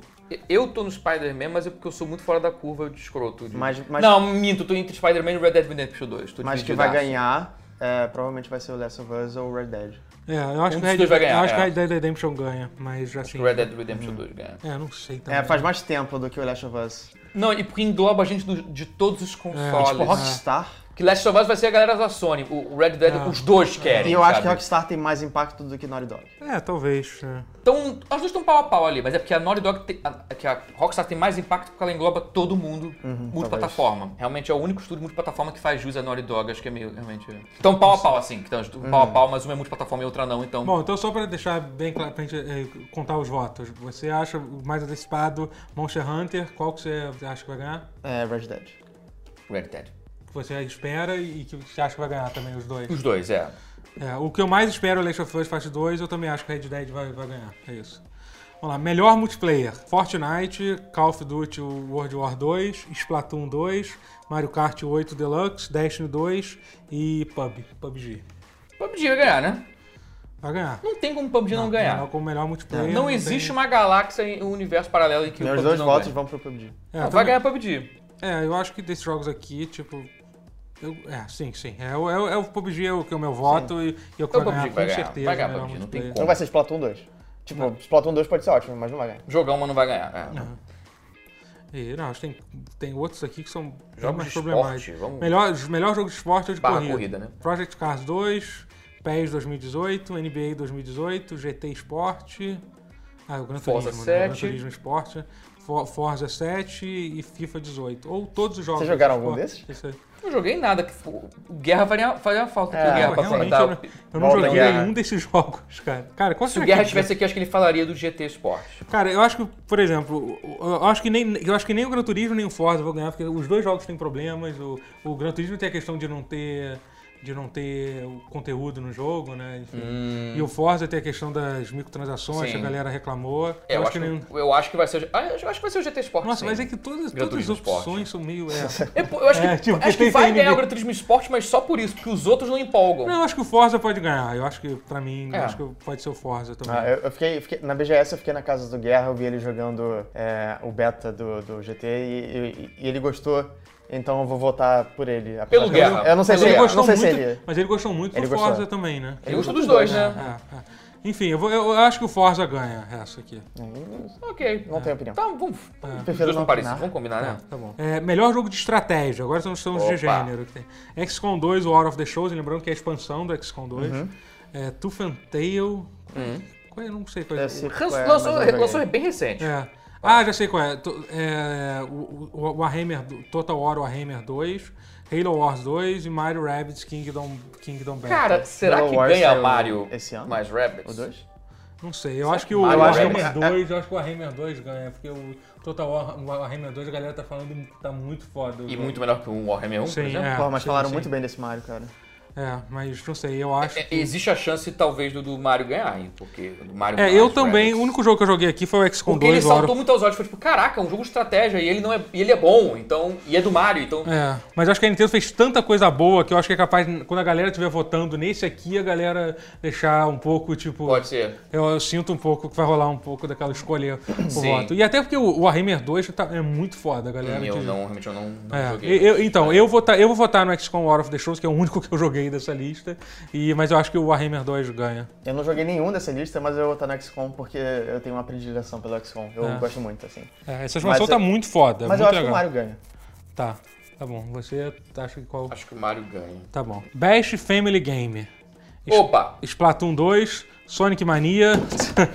[SPEAKER 2] Eu tô no Spider-Man, mas é porque eu sou muito fora da curva de escroto. de-
[SPEAKER 3] Mas- mas-
[SPEAKER 2] Não, minto, eu tô entre Spider-Man e Red Dead Redemption 2. Tô
[SPEAKER 3] Mas que
[SPEAKER 2] divididaço.
[SPEAKER 3] vai ganhar, é, provavelmente vai ser o Last of Us ou o Red Dead.
[SPEAKER 1] É, eu acho
[SPEAKER 2] Um
[SPEAKER 1] que
[SPEAKER 2] dos
[SPEAKER 1] Red,
[SPEAKER 2] dois vai ganhar,
[SPEAKER 1] eu acho
[SPEAKER 2] é.
[SPEAKER 1] que Red Dead Redemption ganha, mas assim.
[SPEAKER 2] Red Dead Redemption
[SPEAKER 3] Hum.
[SPEAKER 2] 2 ganha.
[SPEAKER 1] É, não sei também.
[SPEAKER 3] É, faz mais tempo do que o Last of Us.
[SPEAKER 2] Não, e porque engloba a gente do- de todos os consoles.
[SPEAKER 3] Tipo, Rockstar.
[SPEAKER 2] Que Last of Us vai ser a galera da Sony. O Red Dead,
[SPEAKER 1] É.
[SPEAKER 2] os dois querem.
[SPEAKER 3] E eu acho
[SPEAKER 2] sabe?
[SPEAKER 3] que Rockstar tem mais impacto do que Naughty Dog.
[SPEAKER 1] É, talvez. é.
[SPEAKER 2] Então, as duas estão pau a pau ali, mas é porque a Naughty Dog tem, a- é que a Rockstar tem mais impacto porque ela engloba todo mundo, multiplataforma. Realmente é o único estúdio multiplataforma que faz jus a Naughty Dog, acho que é meio realmente. Então, pau a pau, assim, que estão as duas pau a pau, mas uma é multiplataforma e outra não, então.
[SPEAKER 1] Bom, então só pra deixar bem claro, pra gente eh, contar os votos. Você acha o mais antecipado Monster Hunter? Qual que você acha que vai ganhar?
[SPEAKER 3] É, Red Dead.
[SPEAKER 2] Red Dead.
[SPEAKER 1] Que você espera e que você acha que vai ganhar também os dois?
[SPEAKER 2] Os dois, é.
[SPEAKER 1] É, o que eu mais espero é Last of Us Parte 2, eu também acho que Red Dead vai, vai ganhar. É isso. Vamos lá, melhor multiplayer. Fortnite, Call of Duty World War 2, Splatoon 2, Mario Kart 8 Deluxe, Destiny 2 e PUB, PUBG.
[SPEAKER 2] PUBG vai ganhar, né?
[SPEAKER 1] Vai ganhar.
[SPEAKER 2] Não tem como PUBG não, ganhar. Não,
[SPEAKER 1] Como melhor multiplayer. tem-
[SPEAKER 2] existe uma galáxia, em- um universo paralelo em que o
[SPEAKER 3] Meus
[SPEAKER 2] PUBG
[SPEAKER 3] dois
[SPEAKER 2] não
[SPEAKER 3] votos
[SPEAKER 2] ganha.
[SPEAKER 3] vão pro PUBG.
[SPEAKER 1] É,
[SPEAKER 2] Não, vai
[SPEAKER 1] também-
[SPEAKER 2] ganhar PUBG.
[SPEAKER 1] É, eu acho que desses jogos aqui, tipo. eu- é, sim, sim. É, o- é, o- é o PUBG é o que é o meu voto e, e eu
[SPEAKER 2] É o
[SPEAKER 1] quero
[SPEAKER 2] PUBG
[SPEAKER 1] ganhar
[SPEAKER 2] que
[SPEAKER 1] com
[SPEAKER 2] vai ganhar.
[SPEAKER 1] certeza. né,
[SPEAKER 2] Vai ganhar
[SPEAKER 1] melhor
[SPEAKER 2] PUBG, não tem
[SPEAKER 1] multiplayer.
[SPEAKER 2] como.
[SPEAKER 3] Não vai ser Splatoon 2. Tipo, Splatoon 2 pode ser ótimo, mas não vai ganhar.
[SPEAKER 2] Jogão, mas não vai ganhar. é.
[SPEAKER 1] E, não, acho que tem, tem outros aqui que são bem
[SPEAKER 2] Jogos
[SPEAKER 1] é mais
[SPEAKER 2] de
[SPEAKER 1] problemáticos.
[SPEAKER 2] esporte, vamos.
[SPEAKER 1] Melhor, melhor jogo de esporte é o de
[SPEAKER 2] Barra
[SPEAKER 1] corrida.
[SPEAKER 2] corrida, né?
[SPEAKER 1] Project Cars 2, PES 2018, NBA 2018, GT Sport, ah, o Gran
[SPEAKER 2] Forza
[SPEAKER 1] Turismo, né? O Gran
[SPEAKER 2] 7.
[SPEAKER 1] Turismo Sport, For- Forza 7 e FIFA 18. Ou todos os jogos.
[SPEAKER 3] Vocês jogaram
[SPEAKER 1] de
[SPEAKER 3] algum
[SPEAKER 1] esporte.
[SPEAKER 3] desses?
[SPEAKER 1] Isso aí.
[SPEAKER 2] Não joguei nada. que fo- O Guerra faria, faria falta aqui,
[SPEAKER 3] É,
[SPEAKER 2] o Guerra
[SPEAKER 1] Pô,
[SPEAKER 2] pra
[SPEAKER 1] realmente,
[SPEAKER 2] comentar.
[SPEAKER 1] eu não, eu não
[SPEAKER 3] Volta
[SPEAKER 1] joguei
[SPEAKER 3] Guerra.
[SPEAKER 1] nenhum desses jogos, cara. Cara, qual
[SPEAKER 2] Se o
[SPEAKER 1] será
[SPEAKER 2] Guerra
[SPEAKER 1] que-
[SPEAKER 2] estivesse aqui, acho que ele falaria do GT Sport.
[SPEAKER 1] Cara, eu acho que, por exemplo, o- o- eu acho que nem, eu acho que nem o Gran Turismo nem o Forza vão ganhar, porque os dois jogos têm problemas. O, o Gran Turismo tem a questão de não ter de não ter o conteúdo no jogo, né? Enfim. E o Forza tem a questão das microtransações,
[SPEAKER 2] Hum. Sim.
[SPEAKER 1] que a galera reclamou.
[SPEAKER 2] É, eu, acho que
[SPEAKER 1] nenhum-
[SPEAKER 2] eu acho que vai ser. ah, Eu acho que vai ser o GT Sport.
[SPEAKER 1] Nossa,
[SPEAKER 2] sim.
[SPEAKER 1] mas é que todas, todas
[SPEAKER 2] Gran
[SPEAKER 1] as
[SPEAKER 2] Turismo Sport.
[SPEAKER 1] opções são meio. é.
[SPEAKER 2] É, pô, Eu acho que,
[SPEAKER 1] É, tipo,
[SPEAKER 2] acho que
[SPEAKER 1] tem-
[SPEAKER 2] vai
[SPEAKER 1] tem
[SPEAKER 2] ganhar o
[SPEAKER 1] ninguém-
[SPEAKER 2] Gran Turismo Sport, mas só por isso, porque os outros não empolgam.
[SPEAKER 1] Não, eu acho que o Forza pode ganhar. Eu acho que, pra mim,
[SPEAKER 2] É.
[SPEAKER 1] eu acho que pode ser o Forza também.
[SPEAKER 3] Ah, eu, eu fiquei, fiquei- na BGS eu fiquei na casa do Guerra, eu vi ele jogando é, o beta do, do GT e, e- e ele gostou, então eu vou votar por ele. apesar
[SPEAKER 2] Pelo
[SPEAKER 3] de eu-
[SPEAKER 2] Guerra.
[SPEAKER 3] Eu não sei
[SPEAKER 1] Mas
[SPEAKER 3] se
[SPEAKER 1] ele
[SPEAKER 3] ele, eu
[SPEAKER 1] gostou
[SPEAKER 3] É, não sei se
[SPEAKER 1] muito,
[SPEAKER 3] ele.
[SPEAKER 1] mas ele gostou muito
[SPEAKER 3] Ele
[SPEAKER 1] do
[SPEAKER 3] gostou.
[SPEAKER 1] Forza também, né?
[SPEAKER 2] Ele gostou dos dois,
[SPEAKER 3] dois,
[SPEAKER 2] né?
[SPEAKER 1] É, é. Enfim, eu, vou- eu- eu acho que o Forza ganha essa aqui.
[SPEAKER 2] Ok.
[SPEAKER 3] Não tenho opinião.
[SPEAKER 2] Então, vamos. Os
[SPEAKER 3] Prefiro
[SPEAKER 2] dois
[SPEAKER 3] não
[SPEAKER 2] não parecem,
[SPEAKER 3] opinar.
[SPEAKER 2] vamos combinar, né?
[SPEAKER 1] Tá bom. É, melhor jogo de estratégia. Agora estamos, estamos
[SPEAKER 2] Opa.
[SPEAKER 1] de gênero. que tem. XCOM 2, War of the Shows, lembrando que é a expansão do XCOM 2. É, Tooth and Tail. Qual é? Eu não sei qual é.
[SPEAKER 3] Eu sei qual é,
[SPEAKER 2] Hans-
[SPEAKER 3] mas
[SPEAKER 2] lançou,
[SPEAKER 3] eu não
[SPEAKER 2] lançou
[SPEAKER 3] joguei.
[SPEAKER 2] bem recente.
[SPEAKER 1] É. Ah, já sei qual é. To- é, o, o- o Warhammer, do- Total War Warhammer 2, Halo Wars 2 e Mario Rabbids Kingdom, Kingdom Battle.
[SPEAKER 2] Cara, será
[SPEAKER 3] Halo
[SPEAKER 2] que
[SPEAKER 3] Wars
[SPEAKER 2] ganha
[SPEAKER 3] saiu
[SPEAKER 2] Mario
[SPEAKER 3] esse ano?
[SPEAKER 2] mais Rabbids?
[SPEAKER 3] O dois?
[SPEAKER 1] Não sei, eu acho que o
[SPEAKER 2] Mario
[SPEAKER 1] Warhammer
[SPEAKER 3] Rabbids-
[SPEAKER 1] 2, eu acho que o Warhammer 2 ganha, porque o Total War o Warhammer 2 a galera tá falando que tá muito foda.
[SPEAKER 2] E muito melhor que o um Warhammer 1, por
[SPEAKER 1] Sim,
[SPEAKER 2] exemplo.
[SPEAKER 1] é.
[SPEAKER 3] Porra, mas
[SPEAKER 1] sim,
[SPEAKER 3] falaram
[SPEAKER 1] sim.
[SPEAKER 3] muito bem desse Mario, cara.
[SPEAKER 1] É, mas não sei, eu acho.
[SPEAKER 2] É, existe a chance, talvez, do, do Mario ganhar, hein? Porque do Mario
[SPEAKER 1] É,
[SPEAKER 2] Miles
[SPEAKER 1] eu também.
[SPEAKER 2] Rabbids.
[SPEAKER 1] O único jogo que eu joguei aqui foi o XCOM
[SPEAKER 2] Porque ele
[SPEAKER 1] 2,
[SPEAKER 2] saltou
[SPEAKER 1] Laura.
[SPEAKER 2] muito aos olhos, foi tipo, caraca, é um jogo de estratégia e ele não é, e ele é bom, então, e é do Mario, então
[SPEAKER 1] É, mas eu acho que a Nintendo fez tanta coisa boa que eu acho que é capaz, quando a galera estiver votando nesse aqui, a galera deixar um pouco, tipo.
[SPEAKER 2] pode ser.
[SPEAKER 1] Eu, eu sinto um pouco que vai rolar um pouco daquela escolha o
[SPEAKER 2] Sim.
[SPEAKER 1] voto. E até porque o o Warhammer 2 tá- é muito foda, a galera.
[SPEAKER 2] Eu
[SPEAKER 1] que-
[SPEAKER 2] não, realmente eu não, não
[SPEAKER 1] É,
[SPEAKER 2] joguei.
[SPEAKER 1] eu- eu- então, eu, vota, eu vou votar no XCOM War of the Shows, que é o único que eu joguei dessa lista, e, mas eu acho que o Warhammer 2 ganha.
[SPEAKER 3] Eu não joguei nenhum dessa lista, mas eu vou estar no XCOM porque eu tenho uma predileção pelo XCOM. Eu
[SPEAKER 1] É.
[SPEAKER 3] gosto muito, assim.
[SPEAKER 1] É, essa expansão
[SPEAKER 3] Mas
[SPEAKER 1] tá
[SPEAKER 3] eu-
[SPEAKER 1] muito foda,
[SPEAKER 3] mas
[SPEAKER 1] muito
[SPEAKER 3] eu acho que o
[SPEAKER 1] legal.
[SPEAKER 3] Mario ganha.
[SPEAKER 1] Tá, tá bom. Você acha que qual...
[SPEAKER 2] Acho que o Mario ganha.
[SPEAKER 1] Tá bom. Best Family Game. Es-
[SPEAKER 2] Opa!
[SPEAKER 1] Splatoon 2, Sonic Mania,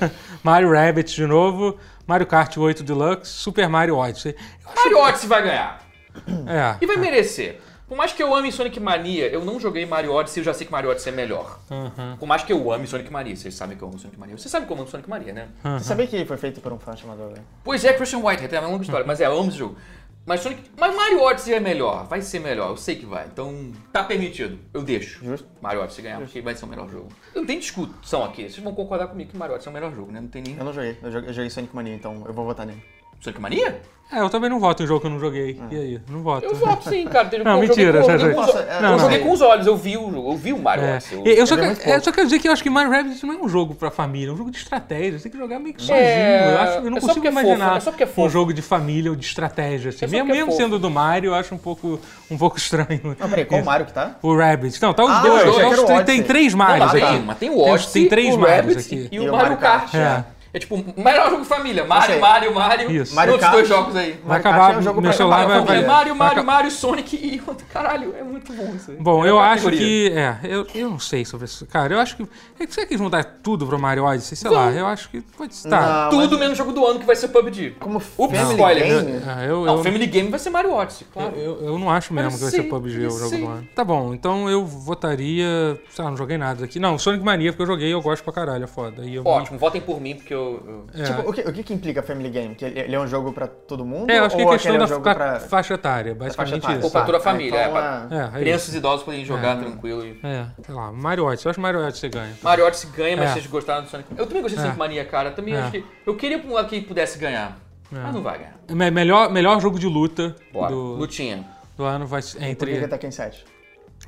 [SPEAKER 1] Mario Rabbit de novo, Mario Kart 8 Deluxe, Super Mario Odyssey.
[SPEAKER 2] Mario Odyssey vai ganhar.
[SPEAKER 3] Hum.
[SPEAKER 1] É.
[SPEAKER 2] E vai merecer. Por mais que eu ame Sonic Mania, eu não joguei Mario Odyssey, eu já sei que Mario Odyssey é melhor.
[SPEAKER 1] Aham.
[SPEAKER 2] Por mais que eu ame Sonic Mania, vocês sabem que eu amo Sonic Mania. Vocês sabem que eu amo Sonic Mania, né?
[SPEAKER 3] Você sabia que foi feito por um fã chamado...
[SPEAKER 2] Pois é, Christian Whitehead, é uma longa história, mas é, eu amo esse jogo. Mas Sonic. Mas Mario Odyssey é melhor, vai ser melhor, eu sei que vai. Então, tá permitido. Eu deixo.
[SPEAKER 3] Justo.
[SPEAKER 2] Mario Odyssey ganhar, porque vai ser o melhor jogo. Não tem discussão aqui. Vocês vão concordar comigo que Mario Odyssey é o melhor jogo, né? Não tem nem.
[SPEAKER 3] Eu não joguei. Eu joguei, eu joguei Sonic Mania, então eu vou votar nele.
[SPEAKER 2] Sonic Mania?
[SPEAKER 1] É, eu também não voto em jogo que eu não joguei.
[SPEAKER 3] Hum.
[SPEAKER 1] E aí? Não voto.
[SPEAKER 2] Eu voto sim, cara. Teve-
[SPEAKER 1] Não,
[SPEAKER 2] eu joguei
[SPEAKER 1] mentira,
[SPEAKER 2] com-
[SPEAKER 1] já
[SPEAKER 2] eu joguei com os-
[SPEAKER 3] joguei. Nossa, é,
[SPEAKER 2] Eu
[SPEAKER 1] não,
[SPEAKER 2] joguei
[SPEAKER 3] não.
[SPEAKER 2] com os olhos, eu vi o jogo, eu vi o Mario
[SPEAKER 1] É,
[SPEAKER 2] Odyssey.
[SPEAKER 1] eu, só
[SPEAKER 3] joguei muito
[SPEAKER 1] quero,
[SPEAKER 3] pouco.
[SPEAKER 1] eu só quero dizer que eu acho que Mario Rabbit não é um jogo pra família, é um jogo de estratégia. Você tem que jogar meio que sozinho. eu, acho, eu não
[SPEAKER 2] é só
[SPEAKER 1] consigo
[SPEAKER 2] porque é fofo,
[SPEAKER 1] imaginar
[SPEAKER 2] é só porque é fofo.
[SPEAKER 1] um jogo de família ou de estratégia. Assim.
[SPEAKER 2] É só
[SPEAKER 1] mesmo
[SPEAKER 2] porque é
[SPEAKER 1] mesmo
[SPEAKER 2] fofo.
[SPEAKER 1] sendo do Mario, eu acho um pouco, um pouco estranho.
[SPEAKER 3] Não, peraí, qual o Mario que tá?
[SPEAKER 1] O Rabbit. Não, tá os
[SPEAKER 3] Ah,
[SPEAKER 1] dois.
[SPEAKER 2] eu
[SPEAKER 1] Tá
[SPEAKER 3] quero
[SPEAKER 1] os
[SPEAKER 3] o
[SPEAKER 1] três-
[SPEAKER 3] Odyssey.
[SPEAKER 1] tem três
[SPEAKER 2] Não, tá,
[SPEAKER 1] Marios
[SPEAKER 2] lá
[SPEAKER 1] aqui.
[SPEAKER 2] tem, mas tem o Odyssey,
[SPEAKER 1] tem três
[SPEAKER 2] o
[SPEAKER 1] Marios
[SPEAKER 2] Rabbids
[SPEAKER 1] aqui.
[SPEAKER 2] e o Mario Kart.
[SPEAKER 1] É.
[SPEAKER 2] É. É tipo, o melhor jogo de família. Mario,
[SPEAKER 3] sei.
[SPEAKER 2] Mario, Mario.
[SPEAKER 1] Isso.
[SPEAKER 2] Mario
[SPEAKER 3] Mario
[SPEAKER 2] outros dois
[SPEAKER 3] Kart.
[SPEAKER 2] jogos aí.
[SPEAKER 1] Vai
[SPEAKER 3] Mario Kart
[SPEAKER 1] acabar,
[SPEAKER 3] é um jogo
[SPEAKER 1] meu
[SPEAKER 3] pra-
[SPEAKER 1] celular
[SPEAKER 3] pra
[SPEAKER 1] vai... vai-
[SPEAKER 2] Família,
[SPEAKER 3] vai-
[SPEAKER 2] Mario,
[SPEAKER 1] vai
[SPEAKER 2] Mario,
[SPEAKER 1] acabar-
[SPEAKER 2] Mario, Sonic e... Caralho, é muito bom isso aí.
[SPEAKER 1] Bom,
[SPEAKER 2] É
[SPEAKER 1] eu
[SPEAKER 2] uma
[SPEAKER 1] acho
[SPEAKER 2] categoria.
[SPEAKER 1] que... É, eu, eu não sei sobre isso. Cara, eu acho que... é que Será que eles vão dar tudo pro Mario Odyssey? Sei lá, eu acho que pode estar.
[SPEAKER 3] Não,
[SPEAKER 2] Tudo
[SPEAKER 3] mas-
[SPEAKER 2] menos jogo do ano que vai ser PUBG.
[SPEAKER 3] Como
[SPEAKER 2] Não.
[SPEAKER 3] Family
[SPEAKER 2] Spoiler.
[SPEAKER 3] Game...
[SPEAKER 1] Ah, eu,
[SPEAKER 2] Não,
[SPEAKER 1] eu-
[SPEAKER 2] Family Game vai ser Mario Odyssey, claro.
[SPEAKER 1] Eu, eu não acho mesmo
[SPEAKER 2] Eu
[SPEAKER 1] que vai
[SPEAKER 2] sei,
[SPEAKER 1] ser PUBG
[SPEAKER 2] eu
[SPEAKER 1] o jogo
[SPEAKER 2] sei.
[SPEAKER 1] do ano. Tá bom, então eu votaria. Sei lá, não joguei nada aqui. Não, Sonic Mania, porque eu joguei, eu gosto pra caralho, é foda. E eu,
[SPEAKER 2] Ótimo, votem por mim, porque eu... eu-
[SPEAKER 1] É,
[SPEAKER 3] Tipo, o que, o que que implica Family Game? Que ele ele é um jogo pra todo mundo?
[SPEAKER 1] é eu acho que é
[SPEAKER 3] ou
[SPEAKER 1] questão
[SPEAKER 3] aquele é
[SPEAKER 1] da
[SPEAKER 3] um jogo
[SPEAKER 1] fa-
[SPEAKER 3] pra...
[SPEAKER 1] faixa etária, basicamente
[SPEAKER 3] etária.
[SPEAKER 1] isso.
[SPEAKER 2] Ou pra toda a
[SPEAKER 3] Ah,
[SPEAKER 2] família,
[SPEAKER 3] então,
[SPEAKER 2] é, pra-
[SPEAKER 1] É, é
[SPEAKER 2] Crianças e idosos podem jogar tranquilo e...
[SPEAKER 1] isso. É, sei lá, Mario Odyssey. Eu acho Mario Odyssey ganha.
[SPEAKER 2] Mario Odyssey ganha, mas
[SPEAKER 1] É.
[SPEAKER 2] vocês gostaram do Sonic. Eu também gostei do
[SPEAKER 1] É.
[SPEAKER 2] Sonic Mania, cara. Também
[SPEAKER 1] É.
[SPEAKER 2] acho que. Eu queria pra um lado que pudesse ganhar. Mas não vai ganhar.
[SPEAKER 1] Me- melhor, melhor jogo de luta
[SPEAKER 2] Bora.
[SPEAKER 1] do,
[SPEAKER 2] Lutinha.
[SPEAKER 1] do ano vai ser
[SPEAKER 3] Por que que
[SPEAKER 1] É, entre.
[SPEAKER 3] tá aqui em 7?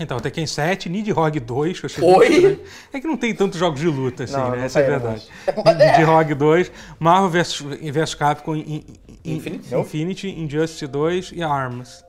[SPEAKER 1] Então, Tekken 7, Nidhogg 2, que eu achei
[SPEAKER 2] Oi?
[SPEAKER 1] muito estranho. É que não tem tantos jogos de luta, assim,
[SPEAKER 3] Não,
[SPEAKER 1] né?
[SPEAKER 3] não
[SPEAKER 1] Essa é a
[SPEAKER 3] tem,
[SPEAKER 1] verdade. Nidhogg 2, Marvel vs, vs Capcom, in, in-
[SPEAKER 2] Infinity?
[SPEAKER 1] Infinity, Injustice 2 e Arms.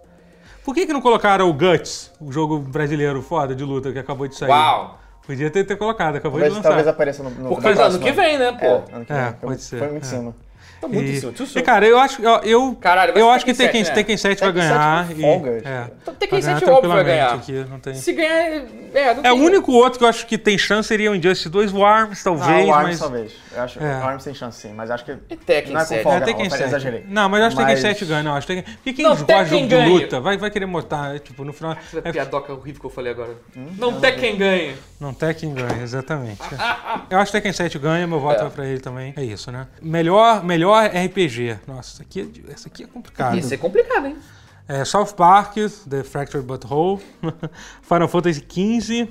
[SPEAKER 1] Por que, que não colocaram o Guts, o jogo brasileiro foda de luta que acabou de sair?
[SPEAKER 2] Uau!
[SPEAKER 1] Podia ter, ter colocado, acabou
[SPEAKER 3] Talvez,
[SPEAKER 1] de lançar.
[SPEAKER 3] talvez apareça no... no
[SPEAKER 2] Porque
[SPEAKER 3] na
[SPEAKER 2] é ano
[SPEAKER 3] próxima.
[SPEAKER 2] que vem, né,
[SPEAKER 3] É,
[SPEAKER 2] pô?
[SPEAKER 3] ano que
[SPEAKER 1] É,
[SPEAKER 3] vem. Foi-
[SPEAKER 1] pode ser,
[SPEAKER 3] Foi muito né?
[SPEAKER 1] é.
[SPEAKER 3] em cima.
[SPEAKER 2] Tá muito em cima. Too
[SPEAKER 1] E,
[SPEAKER 2] soon.
[SPEAKER 1] e, cara, eu acho, eu, eu,
[SPEAKER 2] Caralho, vai
[SPEAKER 1] eu
[SPEAKER 2] ser
[SPEAKER 1] acho que Tekken,
[SPEAKER 2] Tekken 7, né?
[SPEAKER 1] Tekken 7 vai
[SPEAKER 3] Tekken
[SPEAKER 1] ganhar.
[SPEAKER 3] 7
[SPEAKER 1] e-
[SPEAKER 3] folga,
[SPEAKER 1] é,
[SPEAKER 3] acho.
[SPEAKER 2] Então, Tekken
[SPEAKER 1] vai
[SPEAKER 2] 7 óbvio vai
[SPEAKER 1] tranquilamente
[SPEAKER 2] ganhar.
[SPEAKER 1] aqui, não tem-
[SPEAKER 2] Se ganhar, é. não
[SPEAKER 1] É, o
[SPEAKER 2] tem-
[SPEAKER 1] único outro que eu acho que tem chance seria o Injustice 2, o Arms,
[SPEAKER 3] Não,
[SPEAKER 1] talvez,
[SPEAKER 3] Ah, o Arms
[SPEAKER 1] mas...
[SPEAKER 3] talvez. Eu acho
[SPEAKER 1] É.
[SPEAKER 3] o Arms tem chance sim, mas acho que...
[SPEAKER 2] E Tekken
[SPEAKER 3] Não é com
[SPEAKER 2] 7.
[SPEAKER 3] folga.
[SPEAKER 1] É, Tekken
[SPEAKER 3] Não,
[SPEAKER 1] 7.
[SPEAKER 3] exagerei.
[SPEAKER 1] Não, mas eu acho que Tekken
[SPEAKER 3] Mas-
[SPEAKER 1] 7 ganha, não. Acho que Tekken... Porque quem
[SPEAKER 2] Não,
[SPEAKER 1] gosta de
[SPEAKER 2] Tekken
[SPEAKER 1] jogo de
[SPEAKER 2] ganha.
[SPEAKER 1] luta vai, vai querer botar, tipo, no final...
[SPEAKER 2] Essa
[SPEAKER 1] é,
[SPEAKER 2] piadoca horrível que eu falei agora.
[SPEAKER 3] Hum?
[SPEAKER 2] não tem quem ganha.
[SPEAKER 1] não, Tekken ganha, exatamente. eu acho que Tekken 7 ganha, meu voto
[SPEAKER 2] É.
[SPEAKER 1] vai pra ele também. É isso, né? Melhor, melhor RPG. Nossa, isso aqui, é de- essa aqui é
[SPEAKER 3] Ah.
[SPEAKER 1] complicado.
[SPEAKER 2] Ia ser complicado, hein?
[SPEAKER 1] É, South Park, The Fractured Butthole, Final Fantasy XV,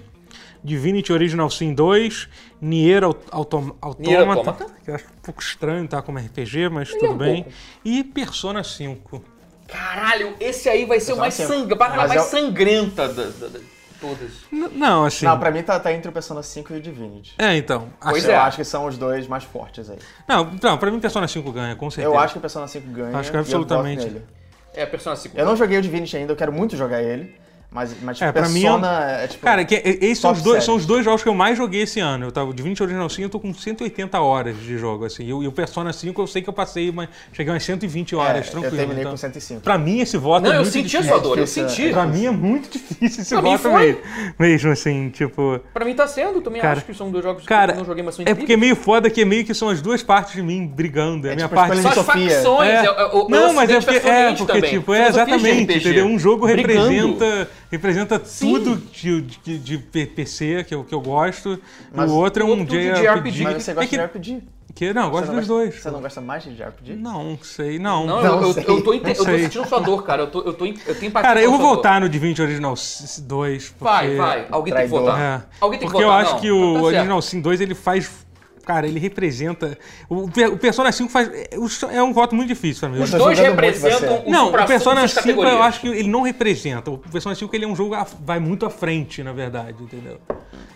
[SPEAKER 1] Divinity Original Sin 2, Nier, Aut- Autom Automata,
[SPEAKER 2] Nier Automata?
[SPEAKER 1] que eu acho um pouco estranho tá como RPG, mas
[SPEAKER 2] é
[SPEAKER 1] tudo
[SPEAKER 2] um
[SPEAKER 1] bem,
[SPEAKER 2] pouco.
[SPEAKER 1] e Persona 5.
[SPEAKER 2] Caralho, esse aí vai ser o
[SPEAKER 3] Só
[SPEAKER 2] mais
[SPEAKER 3] tem-
[SPEAKER 2] sangue, a parada
[SPEAKER 3] Mas
[SPEAKER 2] mais
[SPEAKER 3] é o-
[SPEAKER 2] sangrenta da, da, da- todas.
[SPEAKER 1] N- não, assim...
[SPEAKER 3] Não, pra mim tá, tá entre o Persona 5 e o Divinity.
[SPEAKER 1] É, então.
[SPEAKER 2] Pois
[SPEAKER 1] assim,
[SPEAKER 2] é.
[SPEAKER 3] Eu acho que são os dois mais fortes aí.
[SPEAKER 1] Não, não, pra mim Persona 5 ganha, com certeza.
[SPEAKER 3] Eu acho que o Persona 5 ganha.
[SPEAKER 1] Acho que
[SPEAKER 3] e eu
[SPEAKER 1] absolutamente.
[SPEAKER 3] voto nele.
[SPEAKER 2] É, Persona 5.
[SPEAKER 3] Eu não joguei o Divinity ainda, eu quero muito jogar ele. Mas, mas tipo,
[SPEAKER 1] É, pra mim é um-
[SPEAKER 3] Persona é, tipo.
[SPEAKER 1] Cara, que, e- esses são
[SPEAKER 3] Top
[SPEAKER 1] os, dois,
[SPEAKER 3] séries.
[SPEAKER 1] são os dois jogos que eu mais joguei esse ano. Eu tava, o Divinity Original Sin eu tô com 180 horas de jogo, assim. E o e o Persona 5 eu sei que eu passei, mas cheguei umas 120
[SPEAKER 3] é,
[SPEAKER 1] horas,
[SPEAKER 3] eu
[SPEAKER 1] tranquilo.
[SPEAKER 3] terminei
[SPEAKER 1] então.
[SPEAKER 3] com 105.
[SPEAKER 1] Pra mim, esse voto
[SPEAKER 2] Não,
[SPEAKER 1] é
[SPEAKER 2] eu
[SPEAKER 1] muito
[SPEAKER 2] senti a
[SPEAKER 1] difícil.
[SPEAKER 2] sua dor, eu
[SPEAKER 3] difícil, né?
[SPEAKER 2] senti.
[SPEAKER 1] Pra mim é muito difícil esse
[SPEAKER 2] Pra mim
[SPEAKER 1] voto
[SPEAKER 2] foi.
[SPEAKER 1] mesmo. Mesmo assim, tipo.
[SPEAKER 2] Pra mim tá sendo, também
[SPEAKER 1] Cara,
[SPEAKER 2] acho que são dois jogos
[SPEAKER 1] cara,
[SPEAKER 2] que eu não joguei, mas são
[SPEAKER 1] É
[SPEAKER 2] incríveis.
[SPEAKER 1] porque é meio foda que é meio que são as duas partes de mim brigando. É, a
[SPEAKER 3] É
[SPEAKER 1] minha
[SPEAKER 3] tipo
[SPEAKER 1] parte.
[SPEAKER 3] escolha
[SPEAKER 2] Só as
[SPEAKER 3] Sofia.
[SPEAKER 2] facções,
[SPEAKER 1] É.
[SPEAKER 2] é, é, o- o
[SPEAKER 1] Não, mas é
[SPEAKER 2] Ocidente
[SPEAKER 1] porque,
[SPEAKER 2] versus
[SPEAKER 1] é,
[SPEAKER 2] Oriente
[SPEAKER 1] porque
[SPEAKER 2] também.
[SPEAKER 1] tipo,
[SPEAKER 2] São
[SPEAKER 1] é
[SPEAKER 2] filosofias de
[SPEAKER 1] exatamente,
[SPEAKER 2] RPG.
[SPEAKER 1] entendeu? Um jogo
[SPEAKER 2] Brigando.
[SPEAKER 1] representa, representa tudo de, de, de P- PC que eu, que eu gosto,
[SPEAKER 3] Mas
[SPEAKER 1] o outro é
[SPEAKER 2] o
[SPEAKER 1] um
[SPEAKER 2] outro tudo de
[SPEAKER 1] JRPG.
[SPEAKER 2] RPG.
[SPEAKER 3] Mas você
[SPEAKER 1] É
[SPEAKER 3] gosta
[SPEAKER 1] que-
[SPEAKER 3] de RPG.
[SPEAKER 1] Que, não, eu gosto
[SPEAKER 3] Você não
[SPEAKER 1] dos
[SPEAKER 3] gosta-
[SPEAKER 1] dois.
[SPEAKER 3] Você não gosta mais de Jeopardy?
[SPEAKER 1] Não sei, não.
[SPEAKER 2] Não, eu,
[SPEAKER 3] Não
[SPEAKER 2] eu,
[SPEAKER 3] sei.
[SPEAKER 2] eu tô, inte-
[SPEAKER 1] Não
[SPEAKER 2] eu tô
[SPEAKER 1] sei.
[SPEAKER 2] sentindo sua dor, cara. Eu, tô, eu, tô, em- eu tenho empatia
[SPEAKER 1] Cara, eu
[SPEAKER 2] com
[SPEAKER 1] vou
[SPEAKER 2] sua dor.
[SPEAKER 1] voltar no Divinity Original Sin 2. Porque...
[SPEAKER 2] Vai, vai. Alguém tem que
[SPEAKER 3] Traidor.
[SPEAKER 2] voltar.
[SPEAKER 1] É.
[SPEAKER 2] Alguém tem que
[SPEAKER 1] Porque eu
[SPEAKER 2] voltar,
[SPEAKER 1] acho
[SPEAKER 2] não.
[SPEAKER 1] que o
[SPEAKER 2] Tá certo.
[SPEAKER 1] Original Sin 2 ele faz. Cara, ele representa. O, pe- o Persona 5 faz. é- É um voto muito difícil pra mim.
[SPEAKER 2] Os
[SPEAKER 3] tô
[SPEAKER 2] dois
[SPEAKER 3] julgando Tá muito
[SPEAKER 2] representam um o
[SPEAKER 1] Não,
[SPEAKER 2] supra-
[SPEAKER 1] o Persona
[SPEAKER 2] suas
[SPEAKER 1] 5 eu
[SPEAKER 2] categorias.
[SPEAKER 1] acho que ele não representa. O Persona 5 ele é um jogo que vai muito à frente, na verdade, entendeu?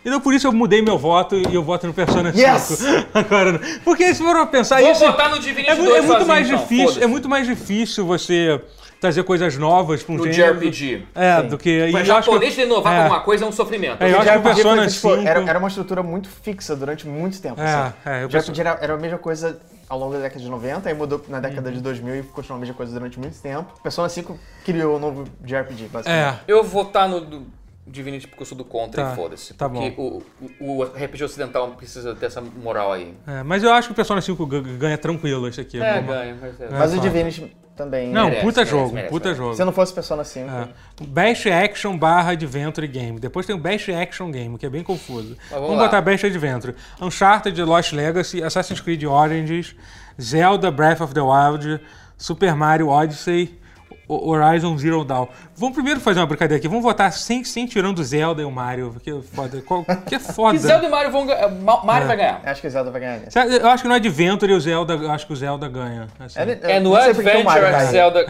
[SPEAKER 1] Então por isso eu mudei meu voto e eu voto no Persona 5.
[SPEAKER 3] Yes!
[SPEAKER 1] Agora, porque se for pensar
[SPEAKER 2] Vou
[SPEAKER 1] isso.
[SPEAKER 2] votar no Divinity
[SPEAKER 1] tá É, mu-
[SPEAKER 2] 2
[SPEAKER 1] é muito
[SPEAKER 2] sozinho,
[SPEAKER 1] mais
[SPEAKER 2] então,
[SPEAKER 1] difícil, é
[SPEAKER 2] foda-se.
[SPEAKER 1] muito mais difícil você trazer coisas novas pra um
[SPEAKER 2] No
[SPEAKER 1] gênero.
[SPEAKER 2] JRPG.
[SPEAKER 1] É, do que. e eu acho
[SPEAKER 2] Mas
[SPEAKER 1] que eu-
[SPEAKER 2] japonês de inovar
[SPEAKER 1] é.
[SPEAKER 2] com alguma coisa é um sofrimento.
[SPEAKER 1] É, eu acho que o
[SPEAKER 3] JRPG foi,
[SPEAKER 1] Persona
[SPEAKER 3] tipo,
[SPEAKER 1] 5
[SPEAKER 3] era, era uma estrutura muito fixa durante muito tempo.
[SPEAKER 1] É,
[SPEAKER 3] assim.
[SPEAKER 1] é, eu
[SPEAKER 3] JRPG era, era a mesma coisa ao longo da década de 90, aí mudou na década de 2000 e continuou a mesma coisa durante muito tempo. Persona 5 criou o novo JRPG, basicamente.
[SPEAKER 1] É.
[SPEAKER 2] Eu vou votar no do Divinity porque eu sou do contra
[SPEAKER 1] Tá,
[SPEAKER 2] e foda-se.
[SPEAKER 1] tá
[SPEAKER 2] porque O, o, o RPG ocidental precisa ter essa moral aí.
[SPEAKER 1] É, mas eu acho que o Persona 5 gan- ganha tranquilo esse aqui.
[SPEAKER 2] É,
[SPEAKER 1] Vamos-
[SPEAKER 2] ganha. vai ser.
[SPEAKER 3] Mas
[SPEAKER 1] É,
[SPEAKER 3] o
[SPEAKER 1] fato.
[SPEAKER 3] Divinity também.
[SPEAKER 1] Não,
[SPEAKER 3] né?
[SPEAKER 2] Merece,
[SPEAKER 1] puta
[SPEAKER 2] merece,
[SPEAKER 1] jogo,
[SPEAKER 2] merece,
[SPEAKER 1] puta
[SPEAKER 2] merece.
[SPEAKER 1] jogo.
[SPEAKER 3] Se não fosse Persona 5.
[SPEAKER 1] É. Best Action barra Adventure Game. Depois tem o Best Action Game, que é bem confuso.
[SPEAKER 2] vamos
[SPEAKER 1] Vamos,
[SPEAKER 2] lá.
[SPEAKER 1] botar Best Adventure. Uncharted, Lost Legacy, Assassin's Creed Origins, Zelda Breath of the Wild, Super Mario Odyssey, O- Horizon Zero Dawn. Vamos primeiro fazer uma brincadeira aqui. Vamos votar sem, sem tirando o Zelda e o Mario, porque é foda. Qual- que é foda.
[SPEAKER 2] E Zelda e Mario vão ganhar. Ma-
[SPEAKER 1] É.
[SPEAKER 2] Mario vai ganhar.
[SPEAKER 3] Acho que Zelda vai ganhar nisso.
[SPEAKER 1] Sabe, Eu acho que no Adventure o Zelda, eu acho que o Zelda ganha. assim.
[SPEAKER 3] Eu não- eu
[SPEAKER 2] É no
[SPEAKER 3] não sei por que o Mario
[SPEAKER 2] Adventure
[SPEAKER 3] ganha.
[SPEAKER 2] Zelda.
[SPEAKER 1] É,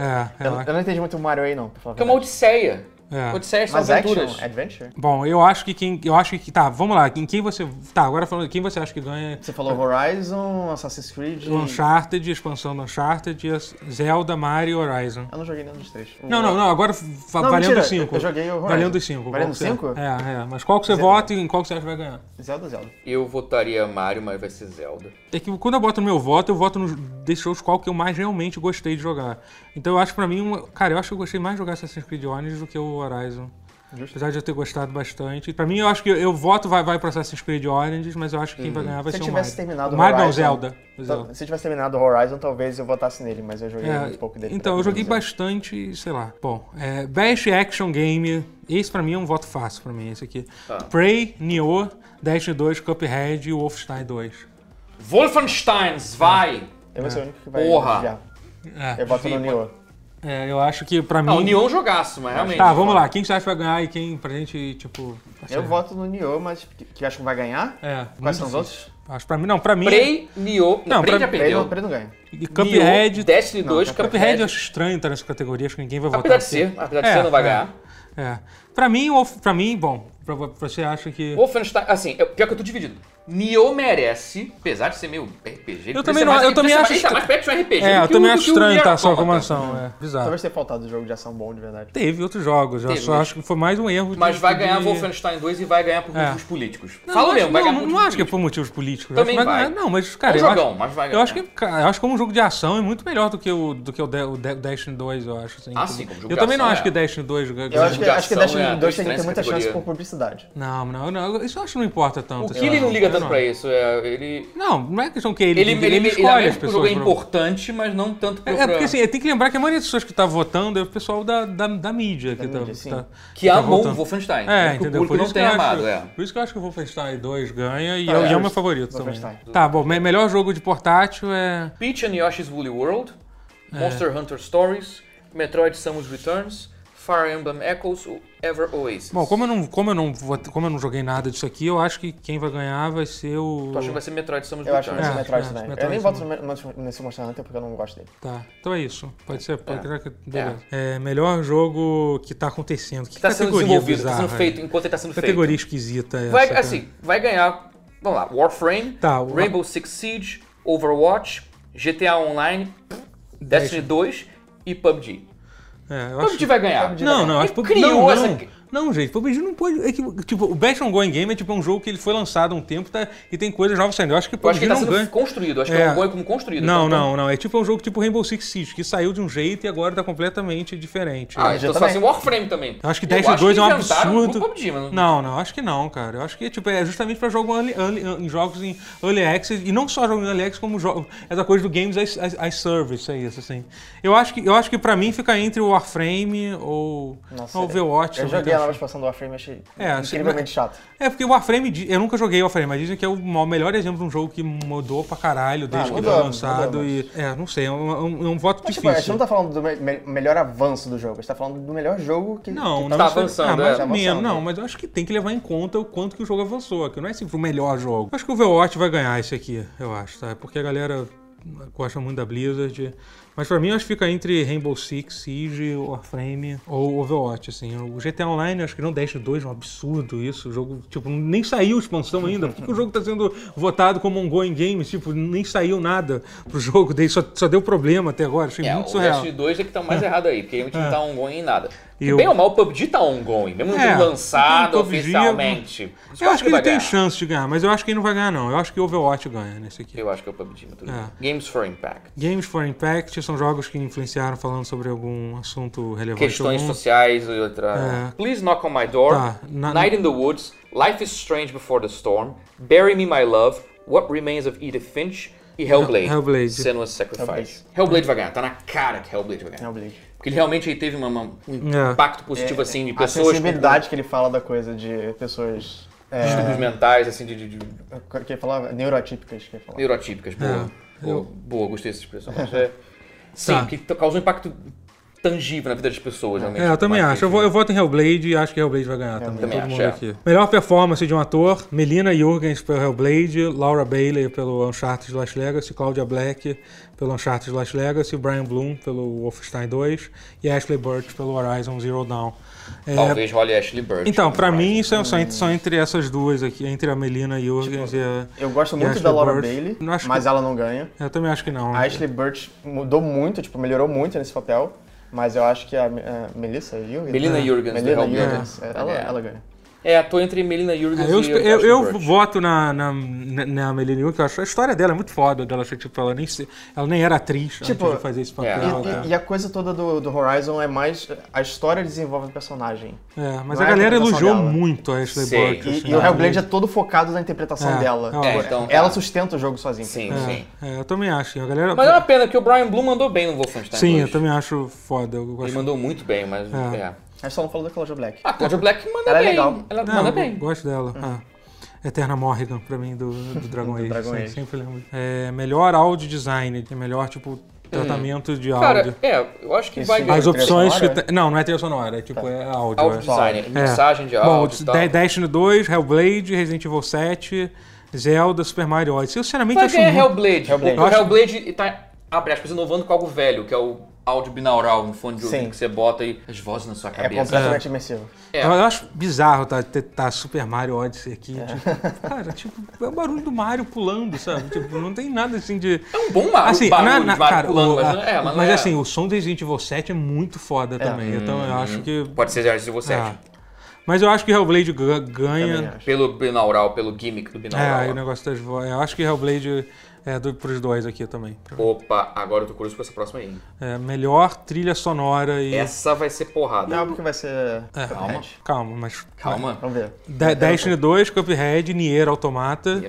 [SPEAKER 3] Eu, não-
[SPEAKER 1] eu-
[SPEAKER 3] eu não entendi muito o Mario aí, não, por favor.
[SPEAKER 2] Que é uma odisseia.
[SPEAKER 1] É.
[SPEAKER 2] Odisseia são
[SPEAKER 3] Mas
[SPEAKER 2] aventuras.
[SPEAKER 3] action, é- adventure?
[SPEAKER 1] Bom, eu acho que quem. Eu acho que. Tá, vamos lá. Em quem você. Tá, agora falando. Quem você acha que ganha?
[SPEAKER 3] Você falou Horizon, Assassin's Creed.
[SPEAKER 1] O Uncharted, expansão do Uncharted, Zelda, Mario e Horizon.
[SPEAKER 3] Eu não joguei nenhum dos três.
[SPEAKER 1] Não, não, não. Agora fa-
[SPEAKER 3] Não,
[SPEAKER 1] valendo
[SPEAKER 3] mentira,
[SPEAKER 1] os cinco.
[SPEAKER 3] eu joguei o Horizon.
[SPEAKER 1] Valendo os cinco.
[SPEAKER 3] Valendo
[SPEAKER 1] qual que você-
[SPEAKER 3] cinco?
[SPEAKER 1] É, é. Mas qual que você
[SPEAKER 3] Zelda.
[SPEAKER 1] vota e em qual que você acha que vai ganhar?
[SPEAKER 3] Zelda, Zelda.
[SPEAKER 2] Eu votaria Mario, mas vai ser Zelda.
[SPEAKER 1] É que quando eu boto no meu voto, eu voto nos desses shows qual que eu mais realmente gostei de jogar. Então eu acho pra mim. uma- Cara, eu acho que eu gostei mais de jogar Assassin's Creed Origins do que o Horizon.
[SPEAKER 3] Justo.
[SPEAKER 1] Apesar de eu ter gostado bastante. Pra mim, eu acho que eu, eu voto vai, vai pra Assassin's Creed Origins, mas eu acho que quem vai
[SPEAKER 2] Uhum.
[SPEAKER 1] ganhar vai
[SPEAKER 3] Se eu
[SPEAKER 1] ser o
[SPEAKER 3] tivesse
[SPEAKER 1] Mario.
[SPEAKER 3] terminado
[SPEAKER 1] o Mario não,
[SPEAKER 3] Horizon-
[SPEAKER 1] Zelda. O
[SPEAKER 3] Então,
[SPEAKER 1] Zelda.
[SPEAKER 3] se eu tivesse terminado Horizon, talvez eu votasse nele, mas eu joguei
[SPEAKER 1] É,
[SPEAKER 3] muito um pouco dele. tá
[SPEAKER 1] então,
[SPEAKER 3] pra
[SPEAKER 1] eu joguei
[SPEAKER 3] dizer.
[SPEAKER 1] bastante, sei lá. Bom, é, Best Action Game, esse pra mim é um voto fácil pra mim, esse aqui.
[SPEAKER 2] Tá.
[SPEAKER 1] Prey, Nioh, Destiny 2, Cuphead e Wolfenstein 2.
[SPEAKER 2] Wolfensteins,
[SPEAKER 1] Hum.
[SPEAKER 2] vai!
[SPEAKER 3] Eu vou ser o único que vai
[SPEAKER 2] Porra.
[SPEAKER 3] já. Eu
[SPEAKER 1] É,
[SPEAKER 3] voto no Nioh.
[SPEAKER 1] é, eu acho que pra mim...
[SPEAKER 2] Não, Ah, o Neon jogaço, mas realmente.
[SPEAKER 1] Tá, vamos lá, quem que você acha que vai ganhar e quem pra gente, tipo...
[SPEAKER 3] Eu
[SPEAKER 1] acertar?
[SPEAKER 3] voto no Nioh, mas que, que eu acho que vai ganhar.
[SPEAKER 1] É,
[SPEAKER 3] Quais
[SPEAKER 1] muito
[SPEAKER 3] são os
[SPEAKER 1] difícil.
[SPEAKER 3] outros?
[SPEAKER 1] Acho pra mim, não, pra mim...
[SPEAKER 2] Prey, Nioh. Não,
[SPEAKER 1] Não,
[SPEAKER 2] Prey
[SPEAKER 1] pra-
[SPEAKER 2] já
[SPEAKER 3] Ele não,
[SPEAKER 2] perdeu.
[SPEAKER 3] ele não ganha.
[SPEAKER 1] e Cuphead...
[SPEAKER 2] Nioh, Destiny 2,
[SPEAKER 3] não,
[SPEAKER 1] Cuphead é
[SPEAKER 2] Cuphead.
[SPEAKER 1] eu acho estranho entrar nessa categoria, acho que ninguém vai votar.
[SPEAKER 2] Apesar de
[SPEAKER 1] aqui.
[SPEAKER 2] ser, apesar de
[SPEAKER 1] É,
[SPEAKER 2] ser, não vai
[SPEAKER 1] é.
[SPEAKER 2] ganhar.
[SPEAKER 1] É. Pra mim, o- pra mim, bom, pra, pra você acha que...
[SPEAKER 2] Wolfenstein, assim, eu, pior que eu tô dividido. Nioh merece, apesar de ser meio RPG. ele
[SPEAKER 1] Eu
[SPEAKER 2] precisa
[SPEAKER 1] também não-
[SPEAKER 2] mais-
[SPEAKER 1] eu
[SPEAKER 2] ele
[SPEAKER 1] também
[SPEAKER 2] precisa
[SPEAKER 1] acho
[SPEAKER 2] mais- ele tá mais perto de um RPG.
[SPEAKER 1] É,
[SPEAKER 2] do
[SPEAKER 1] eu
[SPEAKER 2] que
[SPEAKER 1] também
[SPEAKER 2] o- do
[SPEAKER 1] acho
[SPEAKER 2] que o
[SPEAKER 1] estranho tá,
[SPEAKER 2] Nier
[SPEAKER 1] sua
[SPEAKER 2] Automata.
[SPEAKER 1] aclamação, é. Bizarro.
[SPEAKER 3] Talvez tenha faltado o jogo de ação bom de verdade.
[SPEAKER 1] Teve outros jogos, eu
[SPEAKER 2] Teve,
[SPEAKER 1] só
[SPEAKER 2] mas-
[SPEAKER 1] acho que foi mais um erro. de-
[SPEAKER 2] Mas vai
[SPEAKER 1] de- É.
[SPEAKER 2] ganhar Wolfenstein 2 e vai ganhar por motivos políticos.
[SPEAKER 1] Não,
[SPEAKER 2] Fala
[SPEAKER 1] não
[SPEAKER 2] mesmo,
[SPEAKER 1] acho,
[SPEAKER 2] vai ganhar
[SPEAKER 1] não,
[SPEAKER 2] por
[SPEAKER 1] não
[SPEAKER 2] motivos
[SPEAKER 1] acho que é
[SPEAKER 2] políticos.
[SPEAKER 1] por motivos políticos.
[SPEAKER 2] Também
[SPEAKER 1] eu acho que
[SPEAKER 2] vai.
[SPEAKER 1] ganhar- não, mas, cara,
[SPEAKER 2] É um
[SPEAKER 1] eu
[SPEAKER 2] jogão,
[SPEAKER 1] acho,
[SPEAKER 2] mas vai
[SPEAKER 1] eu acho que,
[SPEAKER 2] ganhar.
[SPEAKER 1] cara, eu acho que como jogo de ação é muito melhor do que o, do que o, de, o de- Destiny 2, eu acho. Assim,
[SPEAKER 2] Ah,
[SPEAKER 1] tudo.
[SPEAKER 2] sim, como jogo
[SPEAKER 1] Eu
[SPEAKER 2] de
[SPEAKER 1] também não
[SPEAKER 2] ação,
[SPEAKER 1] acho
[SPEAKER 2] é.
[SPEAKER 1] que Destiny 2 ganha.
[SPEAKER 3] Eu acho que,
[SPEAKER 2] de
[SPEAKER 3] acho que
[SPEAKER 2] ação,
[SPEAKER 3] Destiny
[SPEAKER 2] é,
[SPEAKER 3] 2 tem
[SPEAKER 2] estranha
[SPEAKER 3] tem
[SPEAKER 2] essa
[SPEAKER 3] muita chance por
[SPEAKER 2] categoria.
[SPEAKER 3] publicidade.
[SPEAKER 1] Não, não, não, isso eu acho que não importa tanto.
[SPEAKER 2] O
[SPEAKER 1] assim,
[SPEAKER 2] que ele não liga
[SPEAKER 1] eu
[SPEAKER 2] tanto pra
[SPEAKER 1] acho.
[SPEAKER 2] isso, é, ele...
[SPEAKER 1] Não, não é questão que ele.
[SPEAKER 2] Ele, ele, ele,
[SPEAKER 1] escolhe
[SPEAKER 2] admite
[SPEAKER 1] as
[SPEAKER 2] que o
[SPEAKER 1] pessoas.
[SPEAKER 2] jogo é
[SPEAKER 1] pra-
[SPEAKER 2] importante, mas não tanto pro
[SPEAKER 1] É, é porque assim, tem que lembrar que a maioria das pessoas que tá votando é o pessoal da, da, da mídia que, tá-
[SPEAKER 3] mídia, sim.
[SPEAKER 1] tá,
[SPEAKER 2] que
[SPEAKER 1] tá
[SPEAKER 2] amou o
[SPEAKER 1] votando.
[SPEAKER 2] Wolfenstein. né,
[SPEAKER 1] É,
[SPEAKER 2] que o
[SPEAKER 1] entendeu?
[SPEAKER 2] público
[SPEAKER 1] Por
[SPEAKER 2] não
[SPEAKER 1] isso, que
[SPEAKER 2] tem
[SPEAKER 1] eu
[SPEAKER 2] amado,
[SPEAKER 1] acho,
[SPEAKER 2] é.
[SPEAKER 1] por isso que eu acho que o Wolfenstein 2 ganha e
[SPEAKER 3] Tá,
[SPEAKER 1] é, o- e é
[SPEAKER 3] é,
[SPEAKER 1] o meu
[SPEAKER 3] justo.
[SPEAKER 1] favorito também.
[SPEAKER 3] Wolfenstein.
[SPEAKER 1] Tá, bom, me- melhor jogo de portátil é.
[SPEAKER 2] Peach and Yoshi's Woolly World, Monster Hunter Stories, Metroid Samus Returns, Fire Emblem Echoes, o Ever Oasis.
[SPEAKER 1] Bom, como eu não, como eu não, vote- como eu não joguei nada disso aqui, eu acho que quem vai ganhar vai ser o.
[SPEAKER 2] Tu acha que vai ser Metroid Samus
[SPEAKER 3] Eu acho que
[SPEAKER 2] Returns?
[SPEAKER 3] vai ser
[SPEAKER 1] É,
[SPEAKER 3] Metroid
[SPEAKER 1] é,
[SPEAKER 3] também. Eu
[SPEAKER 1] Metroid
[SPEAKER 3] nem voto no Met- nesse Monster Hunter porque eu não gosto dele.
[SPEAKER 1] Tá, então é isso. Pode ser. Pode ser que- beleza. É, melhor jogo que tá acontecendo. Que
[SPEAKER 2] Que tá sendo
[SPEAKER 1] categoria
[SPEAKER 2] desenvolvido, que tá
[SPEAKER 1] bizarra,
[SPEAKER 2] sendo feito enquanto ele tá sendo
[SPEAKER 1] é? Categoria
[SPEAKER 2] feito.
[SPEAKER 1] esquisita essa.
[SPEAKER 2] Vai,
[SPEAKER 1] cara.
[SPEAKER 2] assim, vai ganhar, vamos lá, Warframe,
[SPEAKER 1] Tá, o-
[SPEAKER 2] Rainbow Six Siege, Overwatch, GTA Online, Destiny 2 e PUBG.
[SPEAKER 1] É, eu acho
[SPEAKER 2] PUBG vai ganhar.
[SPEAKER 1] Não, não,
[SPEAKER 2] Ele
[SPEAKER 1] acho que
[SPEAKER 2] criou
[SPEAKER 1] não,
[SPEAKER 2] essa...
[SPEAKER 1] não. Não, gente, PUBG não pode. é que, tipo, o Best Ongoing Game é tipo um jogo que ele foi lançado há um tempo tá, e tem coisas novas saindo. Eu acho que
[SPEAKER 2] Eu acho
[SPEAKER 1] PUBG
[SPEAKER 2] que ele tá
[SPEAKER 1] não
[SPEAKER 2] sendo
[SPEAKER 1] ganha.
[SPEAKER 2] construído, acho que
[SPEAKER 1] É.
[SPEAKER 2] é um ganho como construído.
[SPEAKER 1] Não,
[SPEAKER 2] então-
[SPEAKER 1] não, não. É tipo um jogo tipo Rainbow Six Siege, que saiu de um jeito e agora tá completamente diferente.
[SPEAKER 2] Ah,
[SPEAKER 1] É.
[SPEAKER 2] então
[SPEAKER 3] já
[SPEAKER 2] só
[SPEAKER 3] também.
[SPEAKER 2] assim, Warframe também.
[SPEAKER 1] Eu acho que
[SPEAKER 2] Eu
[SPEAKER 1] 10 2 é um
[SPEAKER 2] inventaram pro
[SPEAKER 1] absurdo.
[SPEAKER 2] PUBG, mas não-
[SPEAKER 1] Não, não, acho que não, cara. Eu acho que tipo, é justamente pra jogo early- early- em jogos em early access, e não só jogo em early access, como jogo, essa coisa do games as, as- as service, é isso, assim. Eu acho que, eu acho que pra mim fica entre o Warframe ou
[SPEAKER 3] Nossa,
[SPEAKER 1] ou Overwatch.
[SPEAKER 3] eu
[SPEAKER 1] vai
[SPEAKER 3] joguei
[SPEAKER 1] ter um
[SPEAKER 3] nova
[SPEAKER 1] acho.
[SPEAKER 3] expansão do Warframe, achei
[SPEAKER 1] É, achei-
[SPEAKER 3] incrivelmente chato.
[SPEAKER 1] É, porque o Warframe, di- eu nunca joguei o Warframe, mas dizem que é o ma- melhor exemplo de um jogo que mudou pra caralho desde que ele foi
[SPEAKER 3] Ah, mudou,
[SPEAKER 1] lançado.
[SPEAKER 3] mudou,
[SPEAKER 1] e, é, não sei, é um, é um- é um voto
[SPEAKER 3] Mas, tipo, a gente
[SPEAKER 1] difícil.
[SPEAKER 3] não tá falando do me- me- melhor avanço do jogo, a gente tá falando do melhor jogo que.
[SPEAKER 1] Não,
[SPEAKER 3] que
[SPEAKER 1] não
[SPEAKER 2] tá
[SPEAKER 1] isso-
[SPEAKER 2] avançando,
[SPEAKER 1] ah, mais
[SPEAKER 2] é.
[SPEAKER 1] ou menos,
[SPEAKER 3] Avançando.
[SPEAKER 1] não, mas eu acho que tem que levar em conta o quanto que o jogo avançou, que não é sempre o melhor jogo. Acho que o Overwatch vai ganhar esse aqui, eu acho, tá? Porque a galera gosta muito da Blizzard. Mas pra mim, eu acho que fica entre Rainbow Six, Siege, Warframe ou Overwatch, assim. O GTA Online, eu acho que não 10 de 2, é um absurdo isso. O jogo, tipo, nem saiu expansão ainda. Por que que o jogo tá sendo votado como um going game? Tipo, nem saiu nada pro jogo, daí só, só deu problema até agora. Achei
[SPEAKER 2] É,
[SPEAKER 1] muito
[SPEAKER 2] o
[SPEAKER 1] surreal. É.
[SPEAKER 2] Destiny 2 é que tá mais errado aí, porque ele não tá ongoing em nada.
[SPEAKER 1] E
[SPEAKER 2] Que
[SPEAKER 1] o-
[SPEAKER 2] Bem ou mal, o PUBG tá ongoing, mesmo não
[SPEAKER 1] É,
[SPEAKER 2] tendo lançado
[SPEAKER 1] o PUBG é-
[SPEAKER 2] oficialmente. Por isso
[SPEAKER 1] Eu acho que
[SPEAKER 2] vai
[SPEAKER 1] ele tem
[SPEAKER 2] ganhar.
[SPEAKER 1] chance de ganhar, mas eu acho que ele não vai ganhar, não. Eu acho que o Overwatch ganha nesse aqui.
[SPEAKER 2] Eu acho que é o PUBG, mas tudo
[SPEAKER 1] É.
[SPEAKER 2] bem. Games for Impact.
[SPEAKER 1] Games for Impact são jogos que influenciaram falando sobre algum assunto relevante.
[SPEAKER 2] Questões
[SPEAKER 1] ao mundo.
[SPEAKER 2] sociais e outra. Please Knock on My Door,
[SPEAKER 1] um- É. Tá, na-
[SPEAKER 2] Night in the Woods, Life is Strange Before the Storm, Bury Me My Love, What Remains of Edith Finch e Hellblade.
[SPEAKER 1] Hellblade.
[SPEAKER 2] Senua's Sacrifice. Hellblade. vai ganhar, tá na cara que Hellblade vai ganhar.
[SPEAKER 3] Hellblade.
[SPEAKER 2] Porque ele realmente ele teve uma- uma- um
[SPEAKER 1] É.
[SPEAKER 2] impacto positivo, assim, de
[SPEAKER 3] A
[SPEAKER 2] pessoas. com-
[SPEAKER 3] sensibilidade que ele fala da coisa de pessoas. é,
[SPEAKER 2] distúrbios mentais, assim, de, de- de
[SPEAKER 1] É.
[SPEAKER 3] que ele falava neurotípicas, que ele falava.
[SPEAKER 2] neurotípicas. Boa, boa, boa, gostei dessa expressão. Mas é- sim,
[SPEAKER 1] Tá.
[SPEAKER 2] que t- causou um impacto tangível na vida das pessoas, realmente.
[SPEAKER 1] É, eu também
[SPEAKER 2] Mas,
[SPEAKER 1] acho. Eu, vou, eu voto em Hellblade e acho que Hellblade vai ganhar também.
[SPEAKER 2] também
[SPEAKER 1] Todo
[SPEAKER 2] acho,
[SPEAKER 1] mundo
[SPEAKER 2] é.
[SPEAKER 1] aqui. Melhor performance de um ator: Melina Jurgens pelo Hellblade, Laura Bailey pelo Uncharted Last Legacy, Claudia Black pelo Uncharted Last Legacy, Brian Bloom pelo Wolfenstein 2 e Ashley Burch pelo Horizon Zero Dawn. É,
[SPEAKER 2] Talvez role Ashley Bird.
[SPEAKER 1] Então, pra mim, são, são entre- são entre essas duas aqui, entre a Melina
[SPEAKER 3] Tipo,
[SPEAKER 1] Jurgens e a.
[SPEAKER 3] Eu gosto muito
[SPEAKER 1] Ashley
[SPEAKER 3] da Laura
[SPEAKER 1] Burch.
[SPEAKER 3] Bailey,
[SPEAKER 1] Não acho
[SPEAKER 3] mas
[SPEAKER 1] que- Uhum.
[SPEAKER 3] ela não ganha.
[SPEAKER 1] Eu também acho que não.
[SPEAKER 3] A Ashley Burch mudou muito, tipo, melhorou muito nesse papel, mas eu acho que a, a Melissa Jurgens...
[SPEAKER 2] Melina Jurgens, do
[SPEAKER 3] É. Melina
[SPEAKER 2] Hellblade.
[SPEAKER 3] Jurgens, é, ela,
[SPEAKER 2] É.
[SPEAKER 3] ela ganha.
[SPEAKER 2] É, tô entre Melina Jurgens
[SPEAKER 1] É, eu,
[SPEAKER 2] e
[SPEAKER 1] eu, eu,
[SPEAKER 2] Ashley Burch.
[SPEAKER 1] voto na, na, na, na Melanie Liu, que eu acho a história dela é muito foda. Dela, acho que, tipo, ela, nem se- ela nem era atriz
[SPEAKER 3] Tipo,
[SPEAKER 1] antes de fazer esse papel.
[SPEAKER 2] é.
[SPEAKER 1] né?
[SPEAKER 3] E, e a coisa toda do, do Horizon é mais... A história desenvolve o personagem.
[SPEAKER 1] É, mas
[SPEAKER 3] não
[SPEAKER 1] a
[SPEAKER 3] é a
[SPEAKER 1] galera
[SPEAKER 3] interpretação
[SPEAKER 1] elogiou
[SPEAKER 3] dela.
[SPEAKER 1] muito a Ashley
[SPEAKER 2] Sei.
[SPEAKER 1] Burke.
[SPEAKER 3] E,
[SPEAKER 1] assim,
[SPEAKER 3] e o
[SPEAKER 1] né?
[SPEAKER 3] Hellblade é todo focado na interpretação
[SPEAKER 1] É,
[SPEAKER 3] dela.
[SPEAKER 1] é,
[SPEAKER 3] Tipo,
[SPEAKER 2] então,
[SPEAKER 3] ela
[SPEAKER 2] tá.
[SPEAKER 3] sustenta o jogo sozinha.
[SPEAKER 2] Sim,
[SPEAKER 1] É,
[SPEAKER 2] sim.
[SPEAKER 1] é, eu também acho. e A galera...
[SPEAKER 2] Mas é uma pena que o Brian Bloom mandou bem no Wolfenstein
[SPEAKER 1] Sim,
[SPEAKER 2] 2.
[SPEAKER 1] eu também acho foda. Eu
[SPEAKER 2] Ele
[SPEAKER 1] gosto...
[SPEAKER 2] mandou muito bem, mas...
[SPEAKER 1] É.
[SPEAKER 2] é.
[SPEAKER 3] A gente só não falou da Claudia Black.
[SPEAKER 2] Ah, Claudia Black manda
[SPEAKER 3] Ela é
[SPEAKER 2] bem.
[SPEAKER 3] legal.
[SPEAKER 2] Ela
[SPEAKER 1] Não,
[SPEAKER 2] manda
[SPEAKER 1] eu
[SPEAKER 2] bem.
[SPEAKER 1] gosto dela. é. Eterna Morrigan, pra mim, do, do Dragon Age.
[SPEAKER 3] Dragon
[SPEAKER 1] sempre,
[SPEAKER 3] Age.
[SPEAKER 1] sempre lembro. É, melhor áudio design, é melhor, tipo, tratamento de áudio.
[SPEAKER 2] Cara, é, eu acho que
[SPEAKER 3] Isso
[SPEAKER 2] vai
[SPEAKER 3] é
[SPEAKER 2] ganhar.
[SPEAKER 1] As
[SPEAKER 3] trilha
[SPEAKER 1] opções que...
[SPEAKER 3] sonora,
[SPEAKER 1] tem- Não, não é trilha sonora, é tipo, é áudio.
[SPEAKER 2] Áudio
[SPEAKER 1] é.
[SPEAKER 2] design,
[SPEAKER 1] É.
[SPEAKER 2] mixagem de
[SPEAKER 1] Bom,
[SPEAKER 2] áudio e tal.
[SPEAKER 1] De- Destiny 2, Hellblade, Resident Evil 7, Zelda, Super Mario Odyssey. Eu sinceramente
[SPEAKER 2] Vai
[SPEAKER 1] acho
[SPEAKER 2] ganhar
[SPEAKER 1] muito...
[SPEAKER 2] Hellblade.
[SPEAKER 1] tá
[SPEAKER 2] Porque
[SPEAKER 3] Hellblade.
[SPEAKER 1] Eu
[SPEAKER 2] o
[SPEAKER 1] acho-
[SPEAKER 2] Hellblade tá, abre aspas, inovando com algo velho, que é o áudio binaural, um fone de ouvido
[SPEAKER 3] Sim.
[SPEAKER 2] que você bota e as vozes na sua
[SPEAKER 3] É
[SPEAKER 2] cabeça.
[SPEAKER 3] completamente imersivo.
[SPEAKER 2] É.
[SPEAKER 1] Eu acho bizarro tá, ter- tá Super Mario Odyssey aqui. Tipo, cara, tipo, é o barulho do Mario pulando, sabe? Tipo, não tem nada assim de.
[SPEAKER 2] É um bom ma-
[SPEAKER 1] Assim,
[SPEAKER 2] barulho
[SPEAKER 1] na-
[SPEAKER 2] de
[SPEAKER 1] na-
[SPEAKER 2] Mario
[SPEAKER 1] cara,
[SPEAKER 2] pulando,
[SPEAKER 1] o-
[SPEAKER 2] mas,
[SPEAKER 1] a-
[SPEAKER 2] não é, mas não
[SPEAKER 1] mas
[SPEAKER 2] é.
[SPEAKER 1] assim, o som do Resident Evil 7 é muito foda também. Então eu
[SPEAKER 2] Uhum.
[SPEAKER 1] acho que.
[SPEAKER 2] Pode ser Zero de você.
[SPEAKER 1] é. Mas eu acho que Hellblade ga-
[SPEAKER 3] Também
[SPEAKER 1] ganha.
[SPEAKER 3] acho.
[SPEAKER 2] Pelo binaural, pelo gimmick do
[SPEAKER 1] É, aí
[SPEAKER 2] binaural.
[SPEAKER 1] o negócio das vozes. Eu acho que Hellblade é do, pros dois aqui também.
[SPEAKER 2] Opa, agora eu tô curioso com essa próxima aí. hein?
[SPEAKER 1] É, melhor trilha sonora e.
[SPEAKER 2] Essa vai ser porrada.
[SPEAKER 3] Não, porque vai ser...
[SPEAKER 2] Calma.
[SPEAKER 1] É, Calma, mas.
[SPEAKER 2] Calma.
[SPEAKER 3] Vamos ver. É,
[SPEAKER 1] Da- Destiny 2, Cuphead, Nier Automata